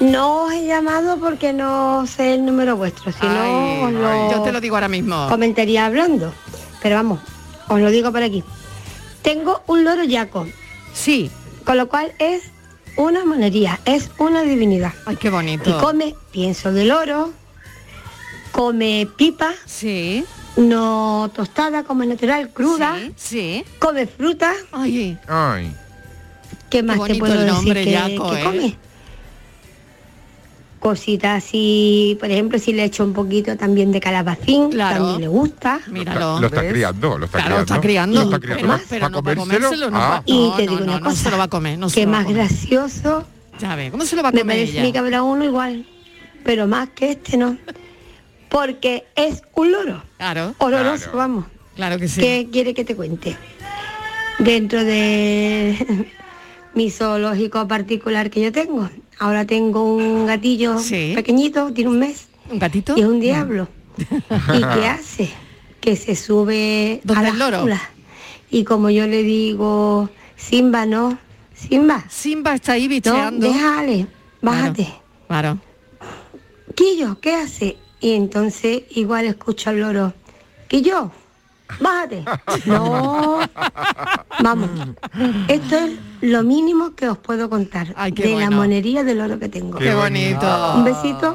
Speaker 16: No os he llamado porque no sé el número vuestro, si
Speaker 10: Ay,
Speaker 16: no os lo
Speaker 10: yo te lo digo ahora mismo.
Speaker 16: comentaría hablando. Pero vamos, os lo digo por aquí. Tengo un loro yaco.
Speaker 10: Sí.
Speaker 16: Con lo cual es una monería, es una divinidad.
Speaker 10: Ay, qué bonito.
Speaker 16: Y come pienso de loro, come pipa.
Speaker 10: Sí.
Speaker 16: No tostada, como es natural, cruda.
Speaker 10: Sí. sí.
Speaker 16: Come fruta.
Speaker 10: Ay.
Speaker 11: Ay.
Speaker 16: ¿Qué más te
Speaker 10: bonito
Speaker 16: puedo
Speaker 10: el nombre,
Speaker 16: decir que,
Speaker 10: Jaco,
Speaker 16: que
Speaker 10: ¿eh?
Speaker 16: come? Cositas así, por ejemplo, si le echo un poquito también de calabacín, también le gusta.
Speaker 11: Lo está criando, lo está
Speaker 10: Claro, lo
Speaker 11: criando.
Speaker 10: está criando.
Speaker 11: Lo está criando.
Speaker 10: Pero,
Speaker 11: ¿Para-
Speaker 10: pero
Speaker 11: para
Speaker 10: no para
Speaker 11: comérselo?
Speaker 10: comérselo, no,
Speaker 11: Ah.
Speaker 10: para-
Speaker 16: Y
Speaker 10: no,
Speaker 16: te
Speaker 10: no,
Speaker 16: digo
Speaker 10: no,
Speaker 16: una
Speaker 10: no
Speaker 16: cosa,
Speaker 10: se lo va a comer, no se
Speaker 16: que
Speaker 10: lo va a
Speaker 16: más
Speaker 10: comer.
Speaker 16: gracioso.
Speaker 10: Ya ve, ¿cómo se lo va a
Speaker 16: Me
Speaker 10: comer
Speaker 16: parece
Speaker 10: ella?
Speaker 16: a mí que habrá uno igual, pero más que este no, porque es un loro.
Speaker 10: Claro.
Speaker 16: Oloroso,
Speaker 10: Claro.
Speaker 16: vamos.
Speaker 10: Claro que sí.
Speaker 16: ¿Qué quiere que te cuente? Dentro de <laughs> mi zoológico particular que yo tengo. Ahora tengo un gatillo pequeñito, tiene un mes.
Speaker 10: ¿Un gatito?
Speaker 16: Y es un
Speaker 10: <laughs>
Speaker 16: diablo. ¿Y qué <laughs> hace? Que se sube a las jaulas. Y como yo le digo, Simba, no, Simba.
Speaker 10: Simba está ahí
Speaker 16: bicheando. No, déjale, bájate.
Speaker 10: Claro.
Speaker 16: Quillo, ¿qué hace? Y entonces igual escucho al loro. Quillo, bájate. no. Vamos. Esto es lo mínimo que os puedo contar
Speaker 10: qué
Speaker 16: de la
Speaker 10: bueno.
Speaker 16: monería del oro que tengo.
Speaker 10: Qué bonito.
Speaker 16: Un besito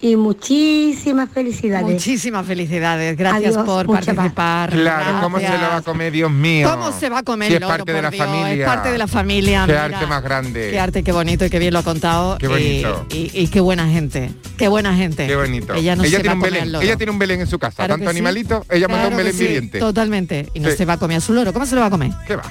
Speaker 16: y muchísimas felicidades.
Speaker 10: Muchísimas felicidades. Gracias
Speaker 16: Adiós,
Speaker 10: por
Speaker 16: mucha paz.
Speaker 10: participar.
Speaker 11: Claro, ¿cómo se lo va a
Speaker 10: Gracias.
Speaker 11: comer, Dios mío?
Speaker 10: ¿Cómo se va a comer
Speaker 11: Si
Speaker 10: el
Speaker 11: es
Speaker 10: loro,
Speaker 11: parte
Speaker 10: por
Speaker 11: de la
Speaker 10: Dios?
Speaker 11: familia.
Speaker 10: Es parte de la familia.
Speaker 11: Qué
Speaker 10: mira.
Speaker 11: arte más grande.
Speaker 10: Qué arte, qué bonito y qué bien lo ha contado.
Speaker 11: Qué bonito.
Speaker 10: Y, y- y qué buena gente. Qué buena gente.
Speaker 11: Qué bonito.
Speaker 10: Ella no se
Speaker 11: tiene
Speaker 10: va
Speaker 11: un
Speaker 10: a comer
Speaker 11: Belén,
Speaker 10: al loro.
Speaker 11: ella tiene un Belén en su casa,
Speaker 10: Claro
Speaker 11: tanto
Speaker 10: que sí.
Speaker 11: animalito, ella manda un
Speaker 10: Claro que
Speaker 11: Belén
Speaker 10: sí,
Speaker 11: viviente.
Speaker 10: Totalmente. Y no
Speaker 11: Sí.
Speaker 10: se va a comer a su loro. ¿Cómo se lo va a comer?
Speaker 11: ¿Qué va?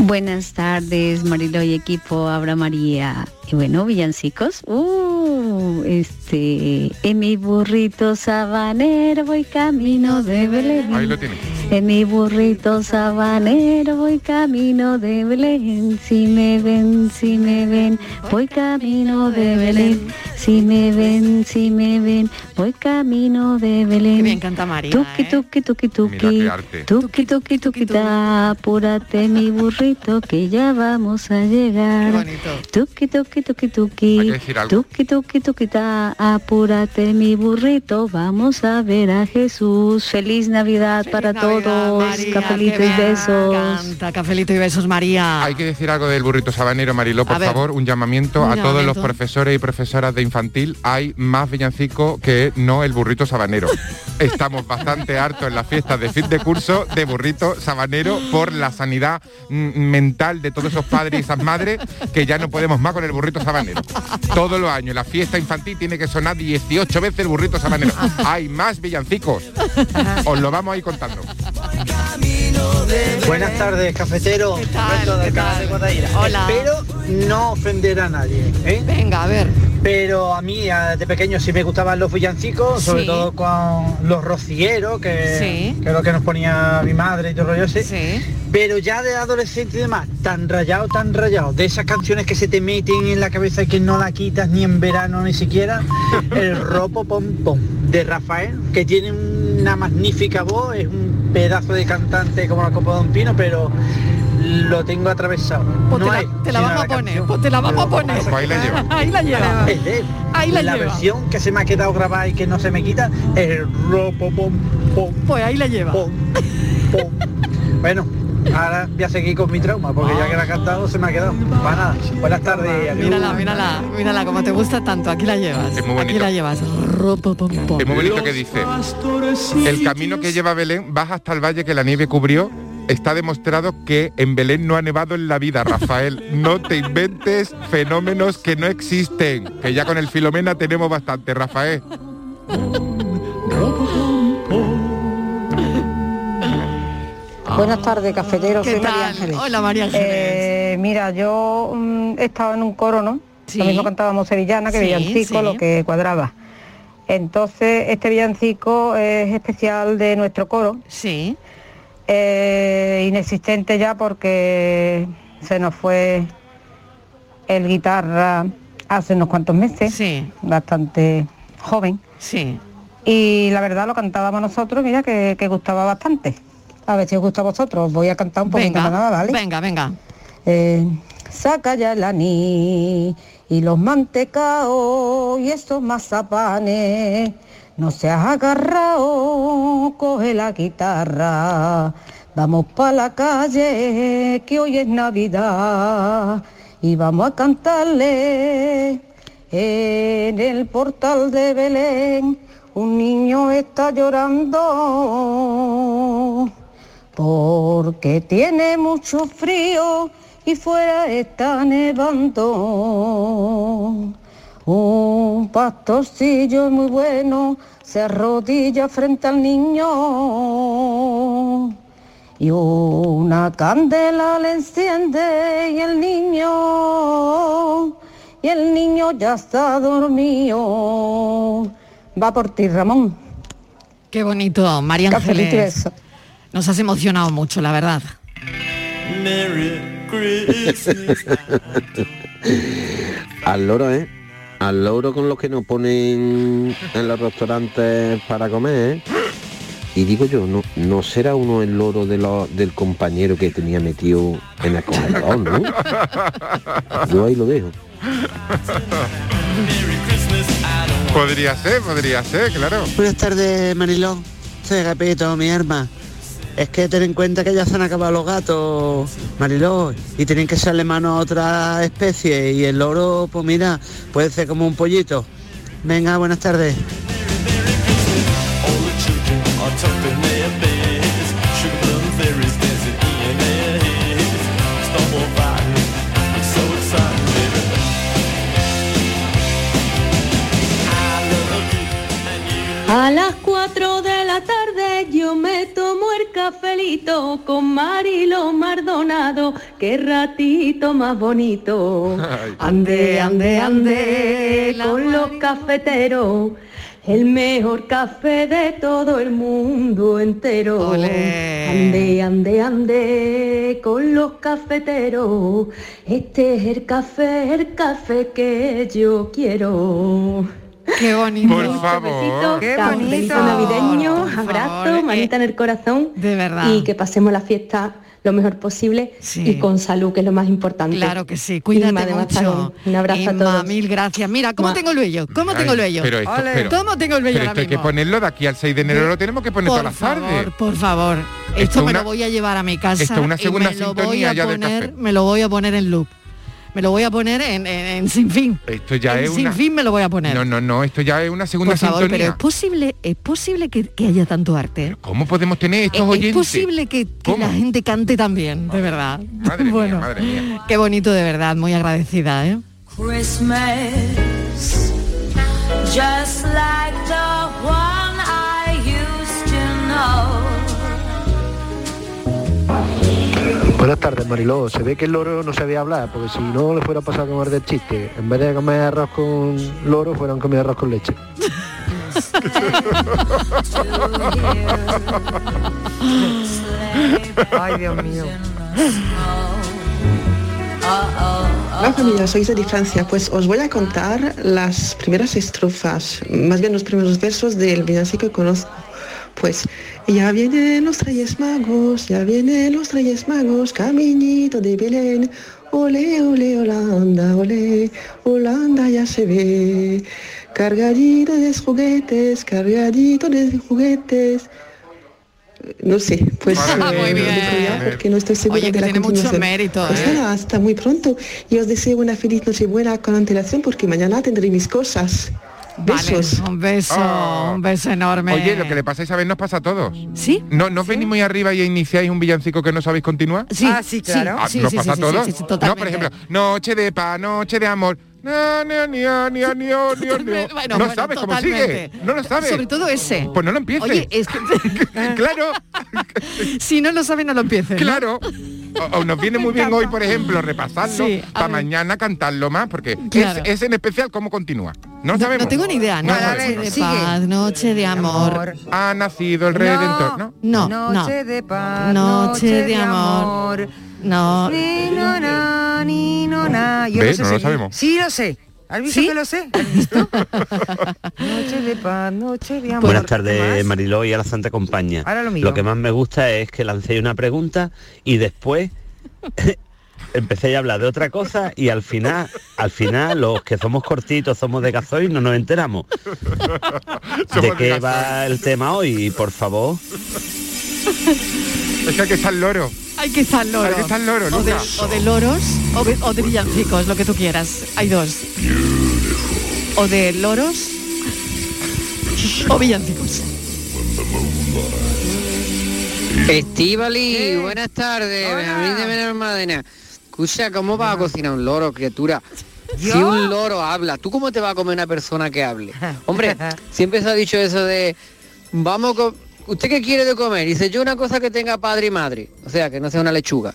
Speaker 17: Buenas tardes, Marilo y equipo, habla María. Y bueno, villancicos, uh, este, en mi burrito sabanero voy camino de Belén.
Speaker 11: Ahí lo tiene.
Speaker 17: En mi burrito sabanero voy camino de Belén. Si me ven, si me ven, voy camino de Belén. Si me ven, si me ven, voy camino de Belén.
Speaker 10: bien canta María, ¿eh?
Speaker 17: Tuki, tuki, tuki, tuki. Tuki, tuki, tuki, ta. Apúrate mi burrito que ya vamos a llegar. Tuki, tuki, tuki,
Speaker 11: Hay
Speaker 17: tuki.
Speaker 11: que decir algo.
Speaker 17: Tuki, tuki, tuki, ta. Apúrate mi burrito, vamos a ver a Jesús. Feliz Navidad para todos. todos. Cafelito y besos.
Speaker 10: Canta, cafelito y besos, María.
Speaker 11: Hay que decir algo del burrito sabanero, Mariló, por
Speaker 10: Ah. A ver.
Speaker 11: favor, un llamamiento
Speaker 10: Un
Speaker 11: a todos los
Speaker 10: llamamiento.
Speaker 11: profesores y profesoras de infantil. Hay más villancico que no el burrito
Speaker 10: <laughs>
Speaker 11: sabanero. Estamos bastante hartos en las fiestas de fin de curso de burrito sabanero por la sanidad mm, mental de todos esos padres y esas madres que ya no podemos más con el burrito sabanero. Todos los años, la fiesta infantil tiene que sonar 18 veces el burrito
Speaker 10: <laughs>
Speaker 11: sabanero. Hay más villancicos. Os lo vamos a ir contando.
Speaker 18: Buenas tardes, cafetero. Alberto de Alcalá de Guadaira.
Speaker 10: Hola.
Speaker 18: Espero no ofender a nadie. ¿eh?
Speaker 10: Venga, a ver.
Speaker 18: Pero a mí a- de pequeño sí me gustaban los villancicos, sobre
Speaker 10: Sí.
Speaker 18: todo con los rocieros, que,
Speaker 10: Sí.
Speaker 18: que es lo que nos ponía mi madre y todo el rollo ese. Pero ya de adolescente y demás, tan rayado, tan rayado, de esas canciones que se te meten en la cabeza y que no la quitas ni en verano ni
Speaker 10: <laughs>
Speaker 18: siquiera, el ropo pom pom de Rafael, que tiene una magnífica voz, es un pedazo de cantante como la copa de un pino, pero lo tengo atravesado.
Speaker 10: Pues
Speaker 18: No
Speaker 10: te,
Speaker 18: hay,
Speaker 10: la, te la
Speaker 18: sino
Speaker 10: vamos a
Speaker 18: la
Speaker 10: poner, pues te la vamos a poner. <laughs> Ahí la lleva.
Speaker 18: es de él.
Speaker 10: Ahí la lleva.
Speaker 18: versión que se me ha quedado grabada y que no se me quita es el ropo pom pom.
Speaker 10: Pues ahí la lleva.
Speaker 18: Bueno, ahora voy a seguir con mi trauma porque ya que la he cantado se me ha quedado. Para nada. Buenas tardes. adiós.
Speaker 10: Mírala, mírala, mírala, como te gusta tanto. Aquí la llevas.
Speaker 11: Es muy bonito.
Speaker 10: Aquí la llevas. Ropo, pom, pom.
Speaker 11: Es muy bonito que dice. El camino que lleva a Belén baja hasta el valle que la nieve cubrió. Está demostrado que en Belén no ha nevado en la vida, Rafael. No te inventes fenómenos que no existen. Que ya con el Filomena tenemos bastante, Rafael.
Speaker 19: Buenas tardes, cafetero.
Speaker 10: ¿Qué
Speaker 19: Soy María
Speaker 10: tal?
Speaker 19: Ángeles.
Speaker 10: Hola, María Ángeles.
Speaker 19: Eh, mira, yo mm, he estado en un coro, ¿no?
Speaker 10: Sí.
Speaker 19: Lo mismo cantábamos sevillana que
Speaker 10: Sí,
Speaker 19: villancico,
Speaker 10: sí.
Speaker 19: lo que cuadraba. Entonces, este villancico es especial de nuestro coro. Eh,
Speaker 10: Sí.
Speaker 19: inexistente ya porque se nos fue el guitarra hace unos cuantos meses. Bastante joven.
Speaker 10: Sí.
Speaker 19: Y la verdad lo cantábamos nosotros, mira, que, que gustaba bastante. A ver si os gusta a vosotros. Voy a cantar un poquito
Speaker 10: Venga,
Speaker 19: más nada, ¿vale?
Speaker 10: venga, venga.
Speaker 19: Eh, saca ya el anís y los mantecaos y esos mazapanes. No seas agarrao, coge la guitarra. Vamos pa' la calle, que hoy es Navidad. Y vamos a cantarle en el portal de Belén. Un niño está llorando porque tiene mucho frío y fuera está nevando. Un pastorcillo muy bueno se arrodilla frente al niño y una candela le enciende y el niño, y el niño ya está dormido. Va por ti, Ramón.
Speaker 10: Qué bonito, María
Speaker 19: Cafelito y
Speaker 10: Ángeles. Nos has emocionado mucho, la verdad.
Speaker 20: Al loro, ¿eh? Al loro con los que nos ponen en los restaurantes para comer, ¿eh? Y digo yo, no, no será uno el loro de lo- del compañero que tenía metido en el congelador,
Speaker 10: <laughs>
Speaker 20: ¿no? Yo ahí lo dejo.
Speaker 11: Podría ser, podría ser, claro.
Speaker 21: Buenas tardes, Marilón. Soy Agapito, mi herma. Es que ten en cuenta que ya se han acabado los gatos, Mariló, y tienen que echarle mano a otra especie. Y el loro, pues mira, puede ser como un pollito. Venga, buenas tardes.
Speaker 22: A las 4 de la tarde yo me tomo el cafelito con Marilo Mardonado, qué ratito más bonito. Ande, ande, ande con los cafeteros, el mejor café de todo el mundo entero. Ande, ande, ande con los cafeteros, este es el café, el café que yo quiero.
Speaker 10: Qué bonito.
Speaker 22: Por favor. Qué bonito. navideño,
Speaker 10: eh,
Speaker 22: abrazo, manita en el corazón. De verdad. Y que pasemos la fiesta lo mejor posible y con salud, que es lo más importante.
Speaker 10: Claro que sí, cuídate
Speaker 22: Inma de
Speaker 10: mucho.
Speaker 22: Mazarón, Un abrazo a
Speaker 10: Inma,
Speaker 22: todos.
Speaker 10: mil gracias. Mira, ¿cómo tengo el vello? ¿Cómo tengo el
Speaker 11: Ay,
Speaker 10: vello?
Speaker 11: pero esto- Ole. pero-
Speaker 10: ¿Cómo tengo el vello
Speaker 11: Pero esto
Speaker 10: ahora
Speaker 11: hay que
Speaker 10: mismo?
Speaker 11: ponerlo de aquí al 6 de enero, lo tenemos que poner
Speaker 10: Por
Speaker 11: todas las tardes.
Speaker 10: Por favor, Esto, me
Speaker 11: una-
Speaker 10: lo voy a llevar a mi casa.
Speaker 11: esto, una
Speaker 10: y
Speaker 11: segunda
Speaker 10: me lo voy
Speaker 11: sintonía
Speaker 10: a
Speaker 11: ya de
Speaker 10: poner,
Speaker 11: café.
Speaker 10: Me lo voy a poner en loop. Me lo voy a poner en, en, en sin fin.
Speaker 11: Esto ya
Speaker 10: En
Speaker 11: es
Speaker 10: sin
Speaker 11: una...
Speaker 10: fin me lo voy a poner.
Speaker 11: No, no, no, esto ya es una segunda
Speaker 10: Por favor, pero
Speaker 11: sintonía.
Speaker 10: es posible, es posible que, que haya tanto arte. ¿eh?
Speaker 11: ¿Cómo podemos tener
Speaker 10: Es,
Speaker 11: estos
Speaker 10: es
Speaker 11: oyentes?
Speaker 10: posible que, que la gente cante también, de verdad. bueno,
Speaker 11: madre mía.
Speaker 10: qué bonito de verdad, muy agradecida, ¿eh?
Speaker 15: Christmas, just like the one I used to know.
Speaker 23: Buenas tardes, Mariló. Se ve que el loro no sabía hablar, porque si no le fuera a pasar a comer del chiste. En vez de comer arroz con loro, fueran comer arroz con leche.
Speaker 15: Ay, Dios mío.
Speaker 24: Hola familia, soy de Francia. Pues os voy a contar las primeras estrofas, más bien los primeros versos del villancico que conozco. Pues ya vienen los Reyes Magos, ya vienen los Reyes Magos, caminito de Belén. Ole, ole, Holanda, ole, Holanda ya se ve. Cargadito de juguetes, cargadito de juguetes. No sé, pues
Speaker 10: Ah, Muy
Speaker 24: eh, lo
Speaker 10: bien.
Speaker 24: dejo ya porque no estoy segura
Speaker 10: Oye,
Speaker 24: de
Speaker 10: que
Speaker 24: la
Speaker 10: tiene mucho
Speaker 24: continuación.
Speaker 10: mérito,
Speaker 24: Pues
Speaker 10: ¿eh?
Speaker 24: nada, hasta muy pronto y os deseo una feliz nochebuena con antelación porque mañana tendré mis cosas. Besos.
Speaker 10: un beso,
Speaker 23: Oh.
Speaker 10: un beso enorme.
Speaker 11: Ah. Oye, lo que le pasa a Isabel nos pasa a todos.
Speaker 10: ¿Sí?
Speaker 11: ¿No, no os venís muy arriba y iniciáis un villancico que no sabéis continuar?
Speaker 10: Sí, Ah, sí, sí, claro.
Speaker 11: Ah,
Speaker 10: sí,
Speaker 11: ¿Nos
Speaker 10: sí,
Speaker 11: pasa
Speaker 10: sí,
Speaker 11: a
Speaker 10: sí,
Speaker 11: todos?
Speaker 10: sí, sí,
Speaker 11: no, por
Speaker 10: totalmente.
Speaker 11: ejemplo, noche de paz, noche de amor. Na, na, ni, a, ni, a, ni, o, ni, o, ni, o.
Speaker 10: Bueno,
Speaker 11: no
Speaker 10: bueno,
Speaker 11: sabes cómo
Speaker 10: totalmente.
Speaker 11: Pues sigue. No lo sabes.
Speaker 10: Sobre todo ese.
Speaker 11: Pues no lo empieces.
Speaker 10: Oye, es que...
Speaker 11: claro.
Speaker 10: <laughs> si no lo sabe, no lo empieces. ¿no?
Speaker 11: Claro. O, o nos viene muy bien hoy, por ejemplo, repasarlo
Speaker 10: Sí, a
Speaker 11: para
Speaker 10: ver.
Speaker 11: mañana cantarlo más, porque es-
Speaker 10: Claro.
Speaker 11: es, en especial cómo continúa. No,
Speaker 10: No,
Speaker 11: sabemos.
Speaker 10: no tengo ni idea, ¿no?
Speaker 11: No, no,
Speaker 10: noche
Speaker 11: no,
Speaker 10: de
Speaker 11: no.
Speaker 10: paz, noche de amor.
Speaker 11: Ha nacido el Redentor, ¿no?
Speaker 10: No, no.
Speaker 13: Noche de paz,
Speaker 10: Noche de
Speaker 13: amor.
Speaker 10: No.
Speaker 13: Ni no na, ni no na. Yo
Speaker 11: ¿Ve?
Speaker 13: no sé
Speaker 11: No lo
Speaker 13: seguir.
Speaker 11: sabemos.
Speaker 13: Sí, lo sé. ¿Has visto que lo sé?
Speaker 10: <laughs>
Speaker 13: ¿Has visto? noche de paz, noche de amor.
Speaker 25: Buenas tardes, Mariló y a la Santa Compañía.
Speaker 13: Ahora lo miro.
Speaker 25: que más me gusta es que lancéis una pregunta y después <laughs> empecéis a hablar de otra cosa y al final, al final, los que somos cortitos, somos de gasoil, no nos enteramos.
Speaker 11: <laughs>
Speaker 25: ¿De
Speaker 11: Somos de
Speaker 25: qué
Speaker 11: gasoil.
Speaker 25: va el tema hoy? Por favor.
Speaker 11: Es que aquí está el loro.
Speaker 10: Hay que estar loro.
Speaker 11: Hay que estar loro,
Speaker 10: o, de,
Speaker 11: Luca.
Speaker 10: o de loros o de, o de villancicos, lo que tú quieras. Hay dos. O de loros o villancicos.
Speaker 26: Estivali, buenas tardes, Benjamín de Benalmádena. Escucha, ¿cómo vas a cocinar un loro, criatura? Si un loro habla, ¿tú cómo te va a comer una persona que hable? Hombre, siempre se ha dicho eso de, vamos, co- ¿usted qué quiere de comer? Dice, yo una cosa que tenga padre y madre, o sea, que no sea una lechuga.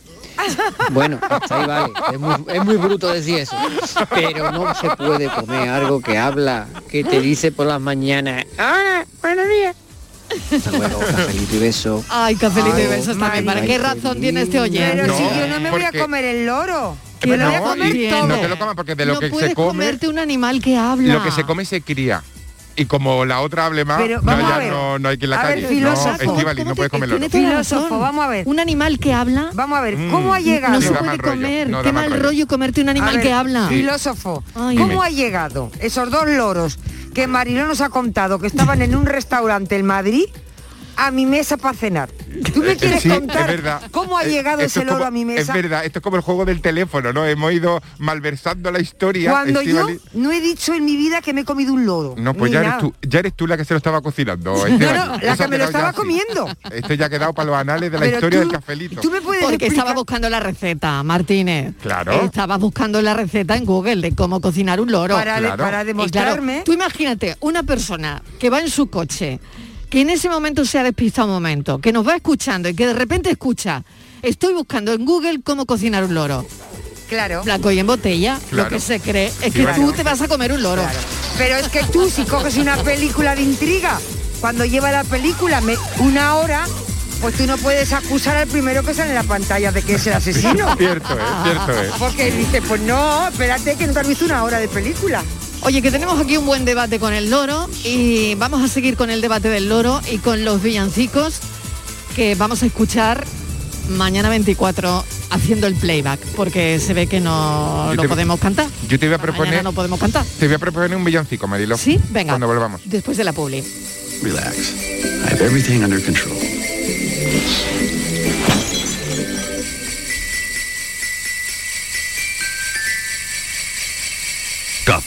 Speaker 26: Bueno, hasta ahí vale, es muy, es muy bruto decir eso, pero no se puede comer algo que habla, que te dice por las mañanas. "Ah,
Speaker 15: Hola, buenos días.
Speaker 26: Hasta luego, cafelito y beso.
Speaker 10: Ay, cafelito
Speaker 26: Ay,
Speaker 10: y besos también. ¿Para qué razón tiene este oyente?
Speaker 11: Pero si No, yo
Speaker 13: No me voy a
Speaker 11: porque-
Speaker 13: comer el loro.
Speaker 11: Eh,
Speaker 13: Que lo voy
Speaker 11: no,
Speaker 13: a comer
Speaker 11: y-
Speaker 13: todo.
Speaker 11: no te lo comas porque de lo
Speaker 10: no
Speaker 11: que
Speaker 10: puedes
Speaker 11: se come,
Speaker 10: comerte un animal que habla.
Speaker 11: lo que se come se cría. Y como la otra hable más,
Speaker 10: Pero
Speaker 11: no,
Speaker 10: vamos a
Speaker 11: ya
Speaker 10: ver.
Speaker 11: no, no hay que ir a la
Speaker 10: A ver,
Speaker 11: calle.
Speaker 10: filósofo.
Speaker 11: no, Estivali, no puedes comer loro.
Speaker 10: Tiene toda la razón. Un animal que habla. Mm.
Speaker 13: Vamos a ver,
Speaker 11: ¿cómo ha llegado?
Speaker 10: No se
Speaker 11: Da
Speaker 10: puede
Speaker 11: Mm. mal rollo,
Speaker 10: comer.
Speaker 11: no, da
Speaker 10: Qué
Speaker 11: mal
Speaker 10: mal rollo.
Speaker 11: rollo.
Speaker 10: comerte un animal
Speaker 13: A ver,
Speaker 10: que habla.
Speaker 13: Sí. Filósofo,
Speaker 10: Ay.
Speaker 13: ¿cómo
Speaker 10: Dime.
Speaker 13: ha llegado esos dos loros que Mariló nos ha contado que estaban en un restaurante en Madrid a mi mesa para cenar? ¿Tú me
Speaker 11: Eh,
Speaker 13: quieres
Speaker 11: sí,
Speaker 13: contar
Speaker 11: es verdad.
Speaker 13: cómo ha
Speaker 11: Eh,
Speaker 13: llegado
Speaker 11: esto
Speaker 13: ese
Speaker 11: es
Speaker 13: loro
Speaker 11: como-
Speaker 13: a mi mesa?
Speaker 11: Es verdad, esto es como el juego del teléfono, ¿no? Hemos ido malversando la historia.
Speaker 13: Cuando yo
Speaker 11: Estivali.
Speaker 13: no he dicho en mi vida que me he comido un loro.
Speaker 11: No, pues
Speaker 13: ni
Speaker 11: ya
Speaker 13: nada.
Speaker 11: eres, tú, ya eres tú la que se lo estaba cocinando.
Speaker 13: No,
Speaker 11: Estivali.
Speaker 13: no,
Speaker 11: Eso
Speaker 13: la
Speaker 11: ha
Speaker 13: que me lo
Speaker 11: quedado ya
Speaker 13: estaba
Speaker 11: así.
Speaker 13: comiendo.
Speaker 11: <laughs> Esto ya ha quedado para los anales de la
Speaker 10: Pero
Speaker 11: historia
Speaker 10: tú-
Speaker 11: del cafelito.
Speaker 10: Porque estaba buscando la receta, Martínez.
Speaker 11: Claro.
Speaker 10: Estaba buscando la receta en Google de cómo cocinar un loro.
Speaker 11: Para de- Claro. para
Speaker 10: Y claro,
Speaker 11: demostrarme.
Speaker 10: tú imagínate una persona que va en su coche, que en ese momento se ha despistado un momento, que nos va escuchando y que de repente escucha, estoy buscando en Google cómo cocinar un loro.
Speaker 13: Claro.
Speaker 10: Blanco y en botella,
Speaker 13: Claro.
Speaker 10: lo que se cree es que
Speaker 13: Claro.
Speaker 10: tú te vas a comer un loro.
Speaker 13: Pero es que tú si coges una película de intriga, cuando lleva la película me- una hora, pues tú no puedes acusar al primero que sale en la pantalla de que es
Speaker 10: <laughs>
Speaker 13: el asesino.
Speaker 11: Cierto
Speaker 10: eh,
Speaker 11: es, cierto es.
Speaker 13: Porque dice, pues no, espérate que no te has visto una hora de película.
Speaker 10: Oye, que tenemos aquí un buen debate con el loro y vamos a seguir con el debate del loro y con los villancicos que vamos a escuchar mañana 24 haciendo el playback, porque se ve que no
Speaker 11: Yo
Speaker 10: lo
Speaker 11: te-
Speaker 10: podemos cantar.
Speaker 11: Yo te voy a
Speaker 10: Mañana
Speaker 11: proponer,
Speaker 10: no podemos cantar.
Speaker 11: te voy a proponer un villancico, Marilo.
Speaker 10: Sí, venga.
Speaker 11: Cuando volvamos.
Speaker 10: Después de la publi.
Speaker 27: Relax. I have everything under control.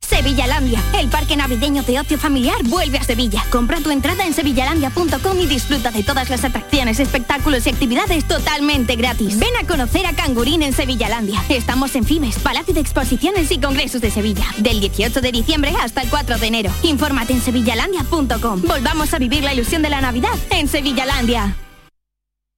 Speaker 28: Sevillalandia, el parque navideño de ocio familiar vuelve a Sevilla. Compra tu entrada en sevillalandia.com y disfruta de todas las atracciones, espectáculos y actividades totalmente gratis. Ven a conocer a Cangurín en Sevillalandia. Estamos en Fimes, Palacio de Exposiciones y Congresos de Sevilla, del 18 de diciembre hasta el 4 de enero. Infórmate en sevillalandia.com. Volvamos a vivir la ilusión de la Navidad en Sevillalandia.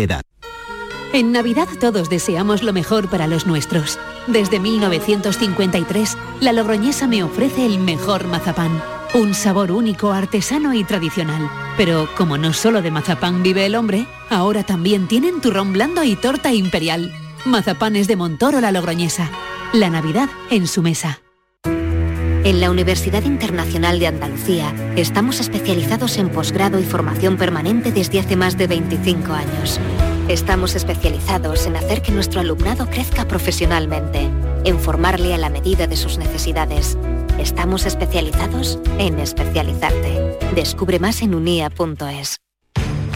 Speaker 29: edad.
Speaker 30: En Navidad todos deseamos lo mejor para los nuestros. Desde 1953, la Logroñesa me ofrece el mejor mazapán. Un sabor único, artesano y tradicional. Pero como no solo de mazapán vive el hombre, ahora también tienen turrón blando y torta imperial. Mazapanes de Montoro la Logroñesa. La Navidad en su mesa.
Speaker 31: En la Universidad Internacional de Andalucía estamos especializados en posgrado y formación permanente desde hace más de 25 años. Estamos especializados en hacer que nuestro alumnado crezca profesionalmente, en formarle a la medida de sus necesidades. Estamos especializados en especializarte. Descubre más en unia.es.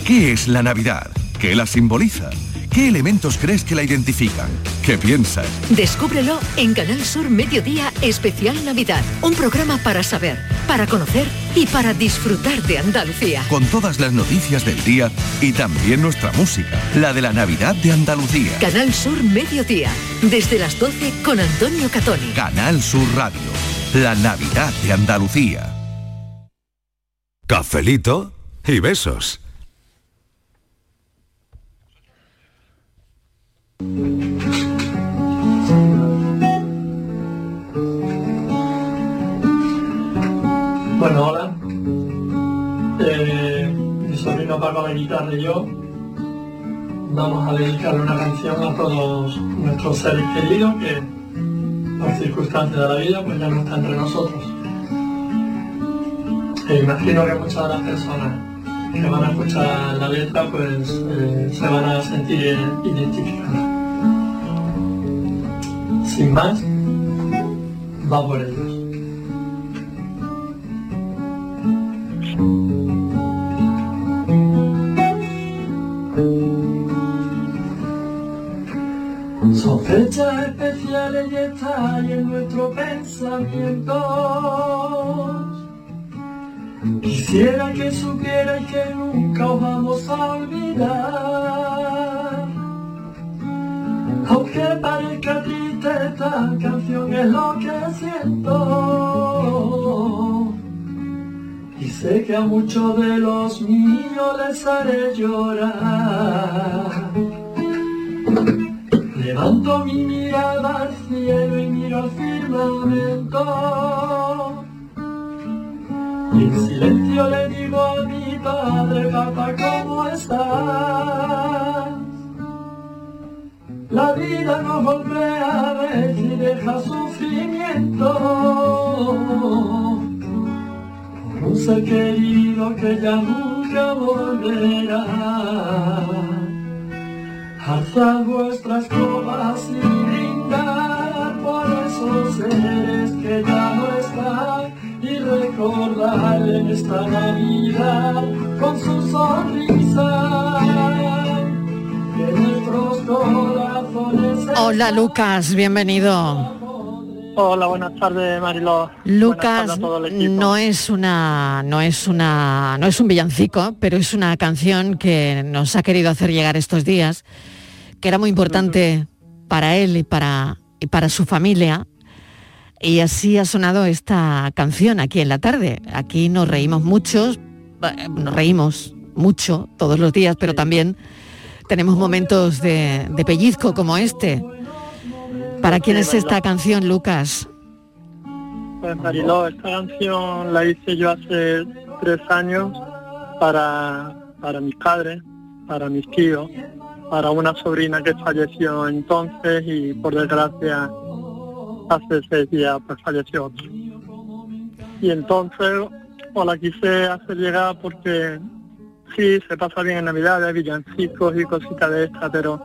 Speaker 5: ¿Qué es la Navidad? ¿Qué la simboliza? ¿Qué elementos crees que la identifican? ¿Qué piensas?
Speaker 1: Descúbrelo en Canal Sur Mediodía Especial Navidad, un programa para saber, para conocer y para disfrutar de Andalucía.
Speaker 5: Con todas las noticias del día y también nuestra música, la de la Navidad de Andalucía.
Speaker 1: Canal Sur Mediodía, desde las 12 con Antonio Catoni.
Speaker 5: Canal Sur Radio, la Navidad de Andalucía. Cafelito y besos.
Speaker 8: Bueno, hola. Eh, mi sobrino Paco la guitarra y yo vamos a dedicarle una canción a todos nuestros seres queridos que por circunstancias de la vida pues ya no están entre nosotros. E imagino que muchas de las personas que van a escuchar la letra pues eh, se van a sentir identificadas. Sin más, va por ellos. Son fechas especiales y están en nuestro pensamiento. Quisiera que supierais que nunca os vamos a olvidar. Aunque parezca triste esta canción es lo que siento. Y sé que a muchos de los míos les haré llorar. Levanto mi mirada al cielo y miro al firmamento. Y en silencio le digo a mi padre, papá, ¿cómo estás? La vida no volverá a ver si deja sufrimiento por un ser querido que ya nunca volverá. Alzad vuestras copas y brindad por esos seres que ya no están y recordar en esta Navidad con su sonrisa que nuestros corazones
Speaker 10: Hola Lucas, bienvenido.
Speaker 8: Hola, buenas tardes, Mariló. Buenas tardes
Speaker 10: Lucas
Speaker 8: a todo el equipo.
Speaker 10: no es una no es una no es un villancico, pero es una canción que nos ha querido hacer llegar estos días, que era muy importante para él y para y para su familia. Y así ha sonado esta canción aquí en la tarde. Aquí nos reímos muchos, eh, nos reímos mucho todos los días, pero también tenemos momentos de, de pellizco como este. ¿Para quién
Speaker 8: Sí,
Speaker 10: es esta
Speaker 8: verdad.
Speaker 10: canción, Lucas?
Speaker 8: Pues Mariló, esta canción la hice yo hace tres años para, para mis padres, para mis tíos, para una sobrina que falleció entonces y por desgracia hace seis días pues falleció otro. Y entonces os la quise hacer llegar porque sí, se pasa bien en Navidad, hay villancicos y cositas de esta, pero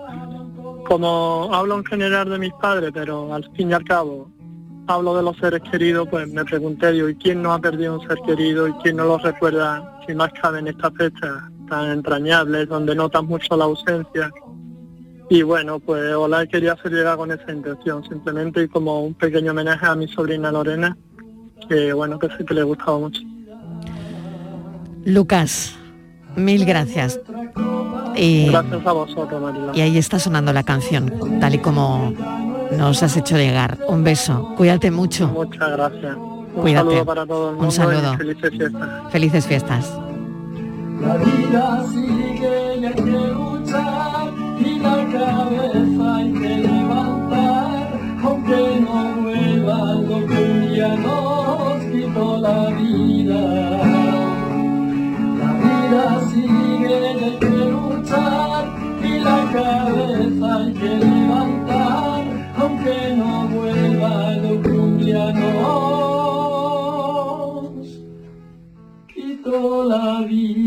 Speaker 8: como hablo en general de mis padres, pero al fin y al cabo hablo de los seres queridos, pues me pregunté yo, ¿y quién no ha perdido un ser querido y quién no lo recuerda, si más cabe en esta fecha tan entrañable, donde notas mucho la ausencia? Y bueno, pues hola, quería hacer llegar con esa intención, simplemente y como un pequeño homenaje a mi sobrina Lorena, que bueno, que sé que le gustaba mucho.
Speaker 10: Lucas, mil gracias. Y,
Speaker 8: Gracias a vosotros, Marila.
Speaker 10: y ahí está sonando la canción, tal y como nos has hecho llegar. Un beso, cuídate mucho.
Speaker 8: Muchas gracias. Un
Speaker 10: Cuídate.
Speaker 8: saludo para todo el
Speaker 10: Un
Speaker 8: mundo
Speaker 10: saludo.
Speaker 8: y felices fiestas.
Speaker 10: Felices fiestas.
Speaker 8: La vida sigue y hay que luchar y la cabeza hay que levantar, aunque no duela lo que un día nos quitó la vida. La vida sigue y hay que luchar y la cabeza hay que levantar, aunque no vuelva lo que un día nos quitó la vida.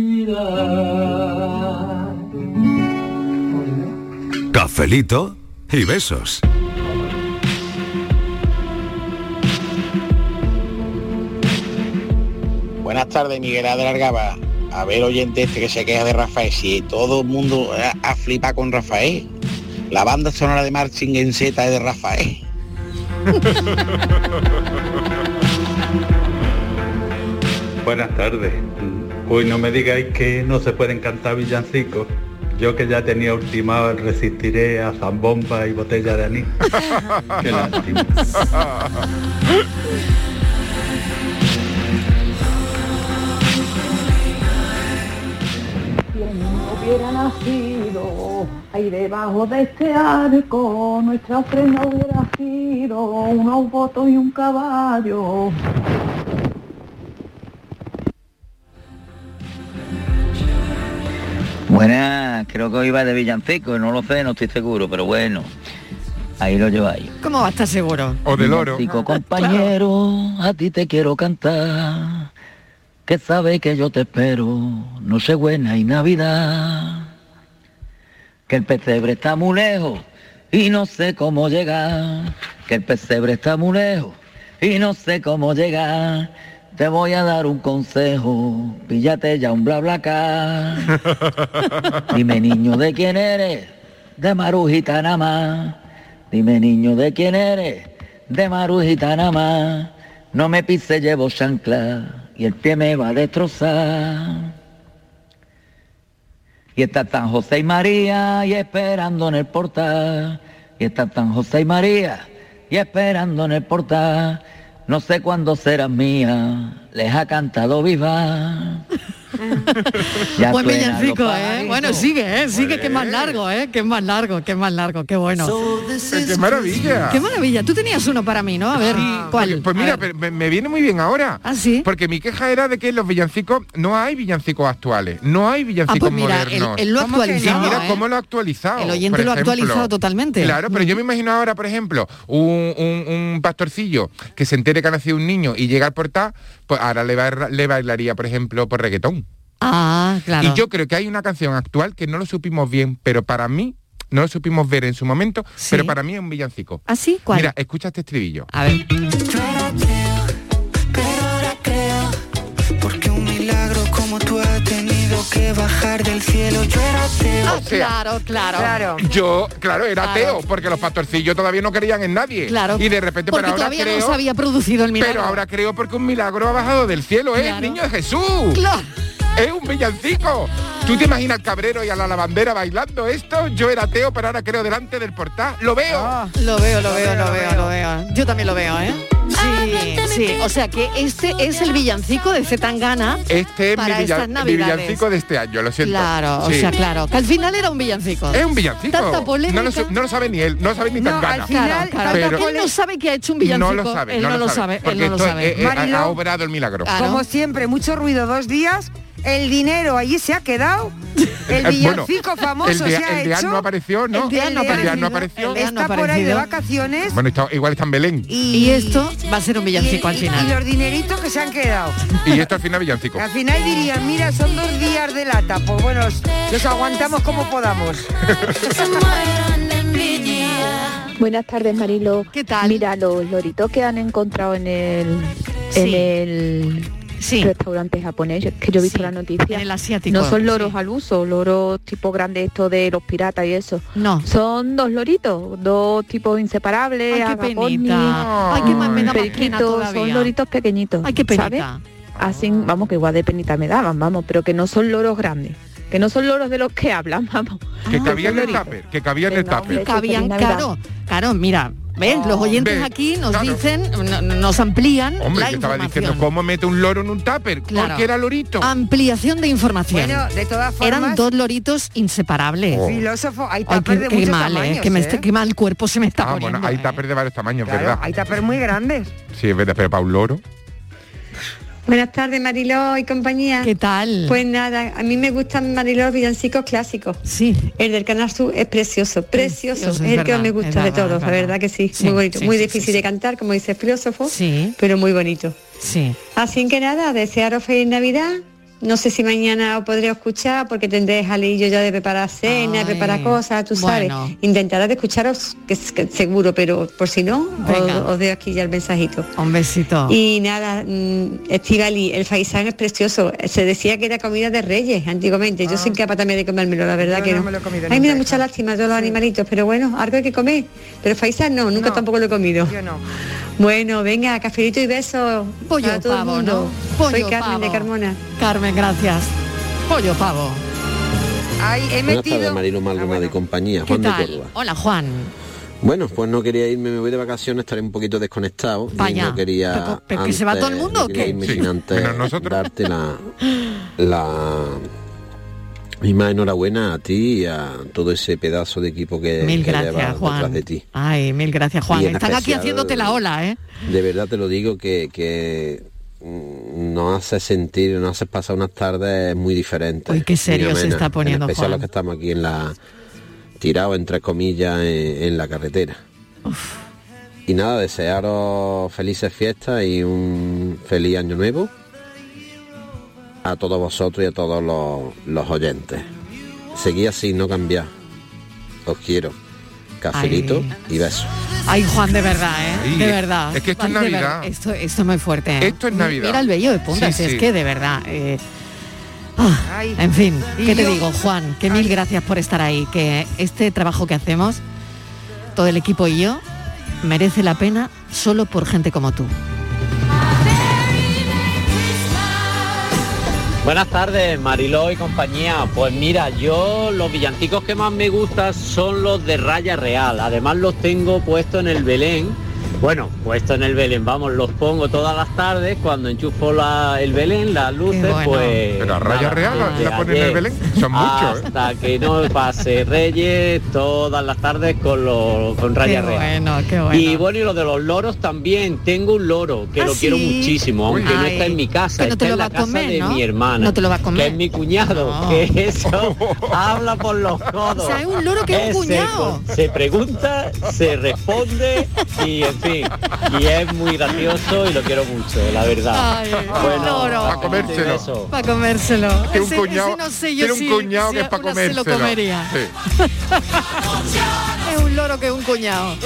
Speaker 5: Cafelito y besos.
Speaker 12: Buenas tardes, Miguel Ángel Argaba. A ver, oyente este que se queja de Rafael, si todo el mundo ha- ha flipado con Rafael, la banda sonora de Marching en Z es de Rafael.
Speaker 32: Buenas tardes. Uy, no me digáis que no se pueden cantar villancicos. Yo que ya tenía ultimado el resistiré a zambomba y botella de anís. Qué lástima.
Speaker 33: Quien no hubiera nacido ahí debajo de este arco, nuestra ofrenda hubiera sido unos votos y un caballo.
Speaker 25: Buena, creo que hoy va de villancico, no lo sé, no estoy seguro, pero bueno, ahí lo lleváis.
Speaker 10: ¿Cómo va a estar seguro?
Speaker 25: O del oro. Villancico, <laughs> compañero, a ti te quiero cantar, que sabe que yo te espero, no sé buena y Navidad, que el pesebre está muy lejos y no sé cómo llegar, que el pesebre está muy lejos y no sé cómo llegar. Te voy a dar un consejo, píllate ya un bla bla <laughs> Dime niño de quién eres, de Marujita nada más. Dime niño de quién eres, de Marujita nada más. No me pise, llevo chancla y el pie me va a destrozar. Y está San José y María y esperando en el portal. Y está San José y María y esperando en el
Speaker 10: <laughs>
Speaker 25: portal. No sé cuándo serás mía, les ha cantado viva. Ya
Speaker 10: Buen
Speaker 25: suena,
Speaker 10: villancico,
Speaker 25: los
Speaker 10: ¿eh?
Speaker 25: pajaritos.
Speaker 10: Bueno, sigue, ¿eh? Sigue, que es más
Speaker 11: Bien.
Speaker 10: largo, ¿eh? Que es más largo, que es más largo, qué bueno.
Speaker 11: Eh, ¡Qué maravilla!
Speaker 10: Qué maravilla. Tú tenías uno para mí, ¿no? A ver, ¿cuál?
Speaker 11: Pues mira, pero me, me viene muy bien ahora.
Speaker 10: ¿Ah, sí?
Speaker 11: Porque mi queja era de que los villancicos, no hay villancicos actuales, no hay villancicos
Speaker 10: pues mira, él-
Speaker 11: modernos.
Speaker 10: él lo ha
Speaker 11: ¿Cómo que no?
Speaker 10: actualizado,
Speaker 11: Y mira
Speaker 10: ¿eh?
Speaker 11: cómo lo ha actualizado.
Speaker 10: El oyente
Speaker 11: por
Speaker 10: lo ha
Speaker 11: ejemplo.
Speaker 10: actualizado totalmente.
Speaker 11: Claro, pero yo me imagino ahora, por ejemplo, un, un- un pastorcillo que se entere que ha nacido un niño y llega al portal, pues ahora le, baila- le bailaría, por ejemplo, por reggaetón.
Speaker 10: Ah, claro.
Speaker 11: Y yo creo que hay una canción actual que no lo supimos bien, pero para mí, no lo supimos ver en su momento, pero para mí es un villancico.
Speaker 10: ¿Ah, sí? ¿Cuál?
Speaker 11: Mira, escucha este estribillo.
Speaker 10: A ver.
Speaker 24: Porque un milagro como tú ha tenido que bajar del cielo. Yo era ateo.
Speaker 10: Ah, claro, claro. Claro.
Speaker 11: Yo, claro, era
Speaker 10: Claro.
Speaker 11: ateo, porque los pastorcillos todavía no creían en nadie.
Speaker 10: Claro.
Speaker 11: Y de repente,
Speaker 10: Porque
Speaker 11: pero ahora
Speaker 10: todavía
Speaker 11: creo,
Speaker 10: no se había producido el milagro.
Speaker 11: Pero ahora creo porque un milagro ha bajado del cielo, ¿eh?
Speaker 10: Claro.
Speaker 11: El niño de Jesús.
Speaker 10: Claro.
Speaker 11: Es un villancico. ¿Tú te imaginas al cabrero y a la lavandera bailando esto? Yo era ateo, pero ahora creo delante del portal. ¡Lo veo!
Speaker 10: Ah. Lo veo, lo veo, lo veo, lo veo. Yo también lo veo, ¿eh? Sí, sí. O sea que este es el villancico de Zetangana.
Speaker 11: Este es mi,
Speaker 10: Para
Speaker 11: villan-
Speaker 10: estas
Speaker 11: mi
Speaker 10: Navidades.
Speaker 11: villancico de este año, lo siento.
Speaker 10: Claro,
Speaker 11: Sí.
Speaker 10: o sea, claro. Que al final era un villancico.
Speaker 11: Es un villancico.
Speaker 10: Tanta polémica.
Speaker 11: No lo, su- no lo sabe ni él, no lo sabe ni
Speaker 10: No,
Speaker 11: tan
Speaker 10: al final, claro,
Speaker 11: pero
Speaker 10: él no sabe que ha hecho un villancico.
Speaker 11: no lo sabe,
Speaker 10: él
Speaker 11: no lo sabe.
Speaker 10: él
Speaker 11: porque
Speaker 10: no lo
Speaker 11: esto
Speaker 10: sabe.
Speaker 11: es- eh, es- ha- ha
Speaker 13: Marilo.
Speaker 11: obrado el milagro.
Speaker 13: Como siempre, mucho ruido dos días. El dinero allí se ha quedado. El
Speaker 11: Eh, bueno,
Speaker 13: villancico famoso
Speaker 11: el de-
Speaker 13: se ha
Speaker 11: el de Anne
Speaker 13: hecho.
Speaker 11: no apareció, ¿no?
Speaker 13: El de
Speaker 11: El de Anne no apareció.
Speaker 13: Está
Speaker 11: El de Anne no
Speaker 13: por ahí de
Speaker 11: apareció.
Speaker 13: vacaciones.
Speaker 11: Bueno, está- igual está en Belén.
Speaker 13: Y,
Speaker 10: Y esto va a ser un villancico al
Speaker 13: y
Speaker 10: final.
Speaker 13: los dineritos que se han quedado.
Speaker 11: Y esto al final villancico.
Speaker 10: Ah,
Speaker 13: Al final dirían, mira, son dos días de lata. Pues bueno, los- los aguantamos como podamos.
Speaker 16: Buenas tardes, Marilo. ¿Qué tal? Mira, los loritos que han encontrado en el, en el restaurante japonés, que yo he visto la noticia.
Speaker 10: en el asiático,
Speaker 16: No son loros al uso, loros tipo grande esto de los piratas y eso.
Speaker 10: No.
Speaker 16: Son dos loritos, dos tipos inseparables.
Speaker 10: Ay, qué
Speaker 16: agaponis,
Speaker 10: penita. Ay, qué ma- me da más pena
Speaker 16: periquitos,
Speaker 10: todavía.
Speaker 16: Son loritos pequeñitos.
Speaker 10: Ay, qué penita.
Speaker 16: ¿sabes? Así, vamos, que igual de penita me daban, vamos, pero que no son loros grandes. Que no son loros de los que hablan, <laughs> vamos.
Speaker 11: Que
Speaker 16: Son
Speaker 11: cabía en el
Speaker 16: loritos.
Speaker 11: tupper, que cabía en el tupper.
Speaker 10: Cabían, claro, claro, mira, ¿ves? Los oyentes
Speaker 11: Ve,
Speaker 10: aquí nos dicen, no- no- nos amplían
Speaker 11: Hombre,
Speaker 10: la
Speaker 11: yo estaba
Speaker 10: información.
Speaker 11: diciendo, ¿cómo mete un loro en un tupper?
Speaker 10: Claro.
Speaker 11: Porque era lorito.
Speaker 10: Ampliación de información.
Speaker 13: Bueno, de todas formas-
Speaker 10: Eran dos loritos inseparables.
Speaker 13: Oh. Filósofo, hay
Speaker 10: Ay,
Speaker 13: tupper
Speaker 10: qué,
Speaker 13: de
Speaker 10: qué
Speaker 13: muchos
Speaker 10: mal, eh,
Speaker 13: tamaños,
Speaker 10: que me
Speaker 13: ¿eh?
Speaker 10: está- qué mal cuerpo se me está
Speaker 11: Ah,
Speaker 10: poniendo.
Speaker 11: bueno, hay tuppers de varios tamaños,
Speaker 13: Claro,
Speaker 11: ¿verdad?
Speaker 13: hay tapers muy grandes.
Speaker 11: Sí, es verdad, pero para un loro.
Speaker 34: Buenas tardes, Mariló y compañía.
Speaker 10: ¿Qué tal?
Speaker 34: Pues nada, a mí me gustan Mariló los villancicos clásicos.
Speaker 10: Sí.
Speaker 34: El del Canal Sur es precioso, precioso.
Speaker 10: Precioso,
Speaker 34: es
Speaker 10: es
Speaker 34: el que más
Speaker 10: verdad,
Speaker 34: me
Speaker 10: es
Speaker 34: gusta de
Speaker 10: verdad,
Speaker 34: todos,
Speaker 10: es
Speaker 34: la verdad que sí.
Speaker 10: Sí,
Speaker 34: muy bonito,
Speaker 10: sí,
Speaker 34: muy
Speaker 10: sí,
Speaker 34: difícil
Speaker 10: sí,
Speaker 34: de
Speaker 10: sí.
Speaker 34: cantar, como dice el filósofo,
Speaker 10: Sí.
Speaker 34: pero muy bonito.
Speaker 10: Sí.
Speaker 34: Así que nada, desearos feliz Navidad. No sé si mañana os podré escuchar porque tendré jalillo ya de preparar cena,
Speaker 10: Ay,
Speaker 34: preparar cosas, tú sabes.
Speaker 10: bueno.
Speaker 34: Intentaré de escucharos, que, es- que seguro, pero por si no,
Speaker 10: Venga.
Speaker 34: os, os dejo aquí ya el mensajito.
Speaker 10: Un besito.
Speaker 34: Y nada, mm, Estivali, el faisán es precioso. Se decía que era comida de reyes antiguamente. Yo soy capaz también de comérmelo, la
Speaker 13: Ah.
Speaker 34: verdad
Speaker 13: Yo
Speaker 34: que
Speaker 13: no
Speaker 34: no.
Speaker 13: me lo he comido
Speaker 34: Ay, me da
Speaker 13: nunca
Speaker 34: mucha lástima todos los animalitos, pero bueno, algo hay que comer. Pero faisán no, nunca tampoco lo he
Speaker 10: eh.
Speaker 34: comido.
Speaker 13: Yo no.
Speaker 34: Bueno, venga, cafelito y besos
Speaker 10: Pollo
Speaker 34: para todo
Speaker 10: pavo,
Speaker 34: el mundo.
Speaker 10: ¿no? Pollo
Speaker 34: Soy Carmen de
Speaker 10: pavo.
Speaker 34: Carmona.
Speaker 10: Carmen, gracias. Pollo pavo.
Speaker 34: Ay, he
Speaker 20: Buenas tardes, Marilo Maldonado y compañía,
Speaker 10: ¿Qué
Speaker 20: Juan de
Speaker 10: tal?
Speaker 20: Córdoba.
Speaker 10: Hola, Juan.
Speaker 20: Bueno, pues no quería irme, me voy de vacaciones, estaré un poquito desconectado.
Speaker 10: Vaya,
Speaker 20: y no quería
Speaker 10: pero- pero que se va todo el mundo,
Speaker 20: no
Speaker 10: ¿o
Speaker 20: quería
Speaker 10: qué?
Speaker 20: irme
Speaker 10: Sí,
Speaker 20: sin antes darte la, la misma enhorabuena a ti y a todo ese pedazo de equipo que,
Speaker 10: Mil
Speaker 20: eh, que
Speaker 10: gracias,
Speaker 20: llevas
Speaker 10: Juan.
Speaker 20: detrás de ti.
Speaker 10: Ay, mil gracias, Juan.
Speaker 20: Y en
Speaker 10: Están aquí
Speaker 20: especial-
Speaker 10: haciéndote la ola, ¿eh?
Speaker 20: De verdad te lo digo que, que mm, nos hace sentir, nos hace pasar unas tardes muy diferentes.
Speaker 10: Uy, qué
Speaker 20: muy
Speaker 10: serio se
Speaker 20: amenas,
Speaker 10: está poniendo,
Speaker 20: En especial
Speaker 10: Juan.
Speaker 20: los que estamos aquí en la tirados entre comillas en, en la carretera. Y nada, desearos felices fiestas y un feliz año nuevo a todos vosotros y a todos los, los oyentes. Seguí así, no cambiar. Os quiero. Cafelito y besos.
Speaker 10: Ay, Juan, de verdad, ¿eh?
Speaker 20: Sí,
Speaker 10: de
Speaker 20: es-
Speaker 10: verdad.
Speaker 20: es que esto es
Speaker 10: De verdad,
Speaker 20: Navidad.
Speaker 10: Esto, esto es muy fuerte. ¿eh?
Speaker 20: Esto es Navidad.
Speaker 10: Mira el bello de punta,
Speaker 20: Sí,
Speaker 10: si es
Speaker 20: sí.
Speaker 10: que de verdad. eh, ah, en fin,
Speaker 13: Y
Speaker 10: ¿qué te
Speaker 13: yo-
Speaker 10: digo, Juan? Que mil gracias por estar ahí, que este trabajo que hacemos, todo el equipo y yo, merece la pena solo por gente como tú.
Speaker 35: Buenas tardes, Mariló y compañía. Pues mira, yo los villancicos que más me gustan son los de raya real. Además los tengo puesto en el Belén
Speaker 13: Bueno, puesto en el Belén, vamos, los pongo todas las tardes, cuando enchufo la- el Belén, las luces, pues...
Speaker 1: Pero a raya
Speaker 13: nada,
Speaker 1: real la-
Speaker 13: desde
Speaker 1: la ponen en el
Speaker 13: ayer
Speaker 1: Belén. Son muchos, ¿eh?
Speaker 13: Hasta que no pase Reyes, todas las tardes con, los con raya
Speaker 10: Qué
Speaker 13: real.
Speaker 10: bueno, qué bueno.
Speaker 13: Y bueno, y lo de los loros también. Tengo un loro que
Speaker 10: ¿Ah,
Speaker 13: lo
Speaker 10: sí?
Speaker 13: quiero muchísimo, aunque no
Speaker 10: Ay,
Speaker 13: está en mi casa,
Speaker 10: que no te
Speaker 13: está
Speaker 10: lo
Speaker 13: en
Speaker 10: va
Speaker 13: la
Speaker 10: a
Speaker 13: casa
Speaker 10: comer,
Speaker 13: de
Speaker 10: ¿no?
Speaker 13: mi hermana.
Speaker 10: No te lo va a comer.
Speaker 13: Que es mi cuñado,
Speaker 10: <laughs>
Speaker 13: que eso habla por los codos.
Speaker 10: O sea, es un loro que es un
Speaker 13: Ese,
Speaker 10: cuñado.
Speaker 13: pues, Se pregunta, se responde y en fin. Y es muy gracioso y lo quiero mucho, la verdad.
Speaker 10: Ay,
Speaker 13: Bueno,
Speaker 10: loro.
Speaker 13: a comérselo.
Speaker 10: Para comérselo.
Speaker 13: Tiene un
Speaker 10: Ese-
Speaker 13: cuñado-
Speaker 10: ese no sé yo
Speaker 13: tiene un
Speaker 10: si-
Speaker 13: cuñado
Speaker 10: si
Speaker 13: que es pa'
Speaker 10: uno Se
Speaker 13: comérselo.
Speaker 10: lo comería. Es un loro que es un cuñado.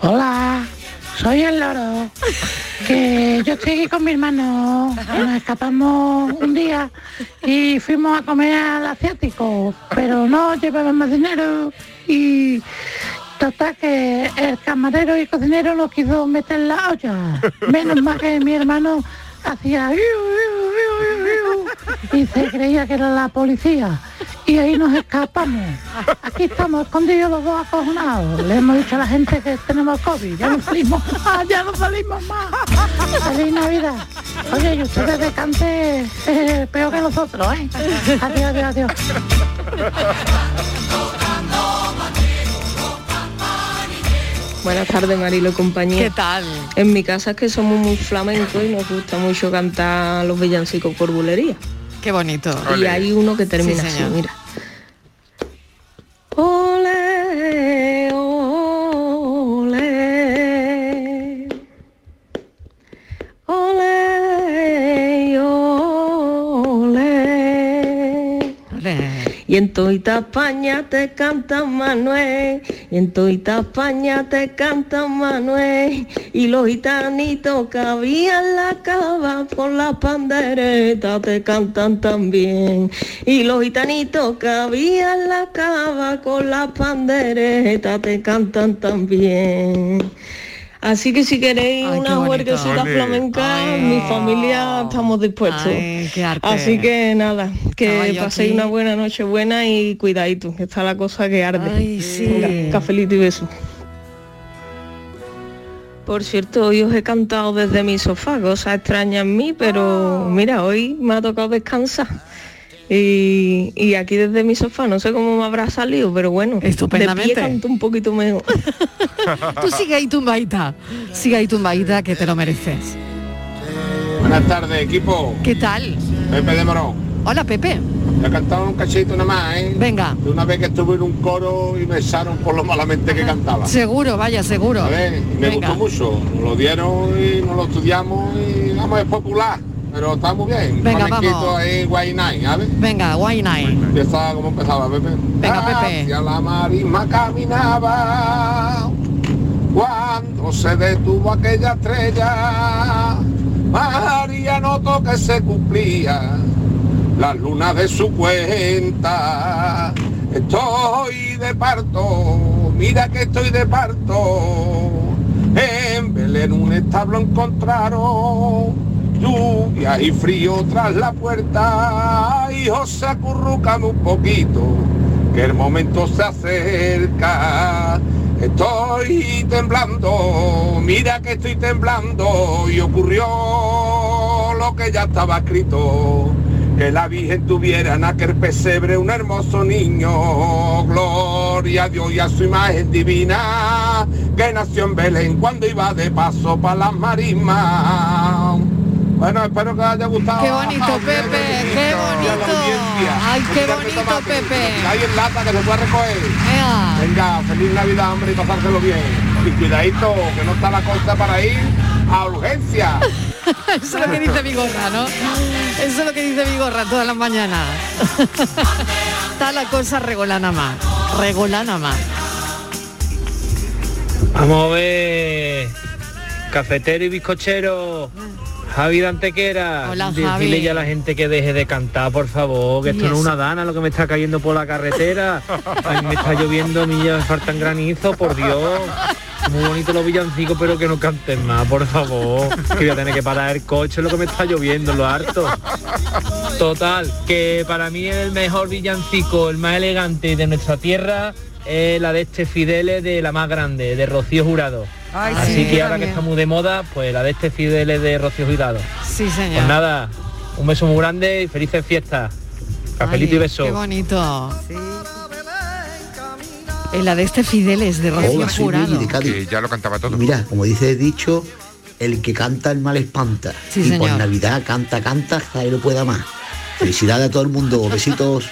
Speaker 33: Hola, soy el loro. Que yo estoy aquí con mi hermano. que Nos escapamos un día y fuimos a comer al asiático, pero no llevábamos dinero. Y total que el camarero y el cocinero nos quiso meter en la olla. Menos mal que mi hermano hacía "Iu, iu, iu, iu", y se creía que era la policía. Y ahí nos escapamos. Aquí estamos escondidos los dos acojonados. Le hemos dicho a la gente que tenemos COVID. Ya no salimos más, ya no salimos más. Feliz Navidad. Oye, y ustedes de Cante eh, peor que nosotros, ¿eh? Adiós, adiós, adiós.
Speaker 27: Buenas tardes, Marilo, compañía.
Speaker 10: ¿Qué tal?
Speaker 27: En mi casa es que somos muy flamencos y nos gusta mucho cantar los villancicos por bulería.
Speaker 10: Qué bonito.
Speaker 27: Y hay uno que termina
Speaker 10: Sí,
Speaker 27: así,
Speaker 10: señor.
Speaker 27: mira.
Speaker 16: Oh,
Speaker 27: Ole, ole. Ole, ole. Y en toda España te canta Manuel, y en toda España te canta Manuel, y los gitanitos que había en la cava por la pandereta te cantan también, y los gitanitos que había en la cava con la pandereta te cantan también. Así que si queréis una huerguecita
Speaker 10: Ole.
Speaker 27: flamenca, mi familia Ah, estamos dispuestos.
Speaker 10: Ay, qué arte.
Speaker 27: Así que nada,
Speaker 10: Estaba
Speaker 27: que
Speaker 10: yo
Speaker 27: paséis
Speaker 10: aquí.
Speaker 27: una buena noche buena y cuidadito, que está la cosa que arde.
Speaker 10: Ay, sí.
Speaker 27: Venga, cafelito y beso. Por cierto, hoy os he cantado desde mi sofá, cosas extrañas en mí, pero mira, hoy me ha tocado descansar. Y, y aquí desde mi sofá, no sé cómo me habrá salido, pero bueno, de pie
Speaker 10: Estupendamente.
Speaker 27: canto un poquito mejor.
Speaker 10: Tú sigue ahí tumbadita. Sigue ahí tumbadita que te lo mereces.
Speaker 36: <laughs> Buenas tardes, equipo.
Speaker 10: ¿Qué tal?
Speaker 36: Pepe de Morón.
Speaker 10: Hola, Pepe.
Speaker 36: Me he cantado un cachito nada más, ¿eh?
Speaker 10: Venga.
Speaker 36: De una vez que estuve en un coro y me echaron por lo malamente que cantaba.
Speaker 10: Seguro, vaya, seguro.
Speaker 36: A ver, me
Speaker 10: Venga.
Speaker 36: gustó mucho. Nos lo dieron y nos lo estudiamos y vamos, es popular. Pero está muy bien.
Speaker 10: Venga,
Speaker 36: Flamenquito
Speaker 10: vamos.
Speaker 36: ahí, guay nine, ¿sabes?
Speaker 10: Venga, guay night.
Speaker 36: Ya estaba como empezaba, Pepe. Ah,
Speaker 10: Venga, Pepe.
Speaker 36: Hacia la marisma caminaba cuando se detuvo aquella estrella. María notó que se cumplía las lunas de su cuenta. Estoy de parto, mira que estoy de parto. En Belén un establo encontraron lluvia y frío tras la puerta. Hijos se acurrucan un poquito, que el momento se acerca. Estoy temblando, mira que estoy temblando y ocurrió lo que ya estaba escrito. Que la Virgen tuviera en aquel pesebre un hermoso niño, gloria a Dios y a su imagen divina, que nació en Belén cuando iba de paso para las marismas. Bueno, espero que os haya gustado.
Speaker 10: Qué
Speaker 36: <laughs>
Speaker 10: bonito, Pepe, qué bonito. Ay, qué bonito, Pepe.
Speaker 36: Hay en lata que se puede recoger. Venga, feliz Navidad, hombre, y pasárselo bien. Y cuidadito, que no está la cosa para ir a urgencia.
Speaker 10: <laughs> Eso es lo que dice Vigorra, ¿no? Eso es lo que dice Vigorra todas las mañanas. <laughs> Está la cosa regolana más. Regolana más.
Speaker 13: Vamos a ver, cafetero y bizcochero, Javi de Antequera,
Speaker 10: Hola,
Speaker 13: decirle
Speaker 10: Javi.
Speaker 13: ya a la gente que deje de cantar, por favor, que
Speaker 10: ¿Y
Speaker 13: esto no es
Speaker 10: eso?
Speaker 13: una dana lo que me está cayendo por
Speaker 10: <laughs>
Speaker 13: la carretera, a mí me está lloviendo, a mí ya me faltan granizo, por Dios, muy bonito los villancicos, pero que no canten más, por favor, que voy a tener que parar el coche, lo que me está lloviendo, lo harto. Total, que para mí el mejor villancico, el más elegante de nuestra tierra
Speaker 37: es la de este Fidele de la más grande, de Rocío Jurado.
Speaker 10: Ay,
Speaker 37: Así
Speaker 10: sí,
Speaker 37: que
Speaker 10: yo
Speaker 37: ahora que
Speaker 10: también.
Speaker 37: está muy de moda, pues la de este Fidele de Rocío Jurado.
Speaker 10: Sí, señor.
Speaker 37: Pues nada, un beso muy grande y felices fiestas. Cafelito
Speaker 10: Ay,
Speaker 37: y beso.
Speaker 10: Qué bonito. Eh, La de este Fideles de Rocío
Speaker 21: Hola, soy
Speaker 10: Jurado.
Speaker 21: Luigi de Cádiz.
Speaker 12: ya lo cantaba todo.
Speaker 21: Mira, como dice he dicho, el que canta el mal espanta.
Speaker 10: Sí,
Speaker 21: y por
Speaker 10: señor.
Speaker 21: Navidad canta, canta hasta ahí no pueda más. Felicidades a todo el mundo, besitos.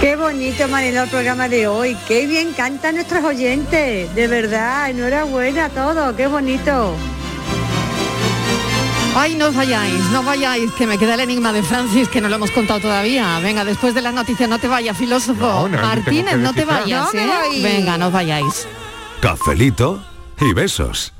Speaker 34: Qué bonito, Mariló, el programa de hoy. Qué bien cantan nuestros oyentes. De verdad, enhorabuena a todos. Qué bonito.
Speaker 10: Ay, no os vayáis, no os vayáis, que me queda el enigma de Francis, que no lo hemos contado todavía. Venga, después de las noticias, no te vayas, filósofo.
Speaker 5: No, no,
Speaker 10: Martínez,
Speaker 5: tengo que
Speaker 10: no te
Speaker 5: descifrar.
Speaker 10: vayas,
Speaker 5: No me
Speaker 10: ¿eh?
Speaker 5: voy.
Speaker 10: Venga, no os vayáis.
Speaker 5: Cafelito y besos.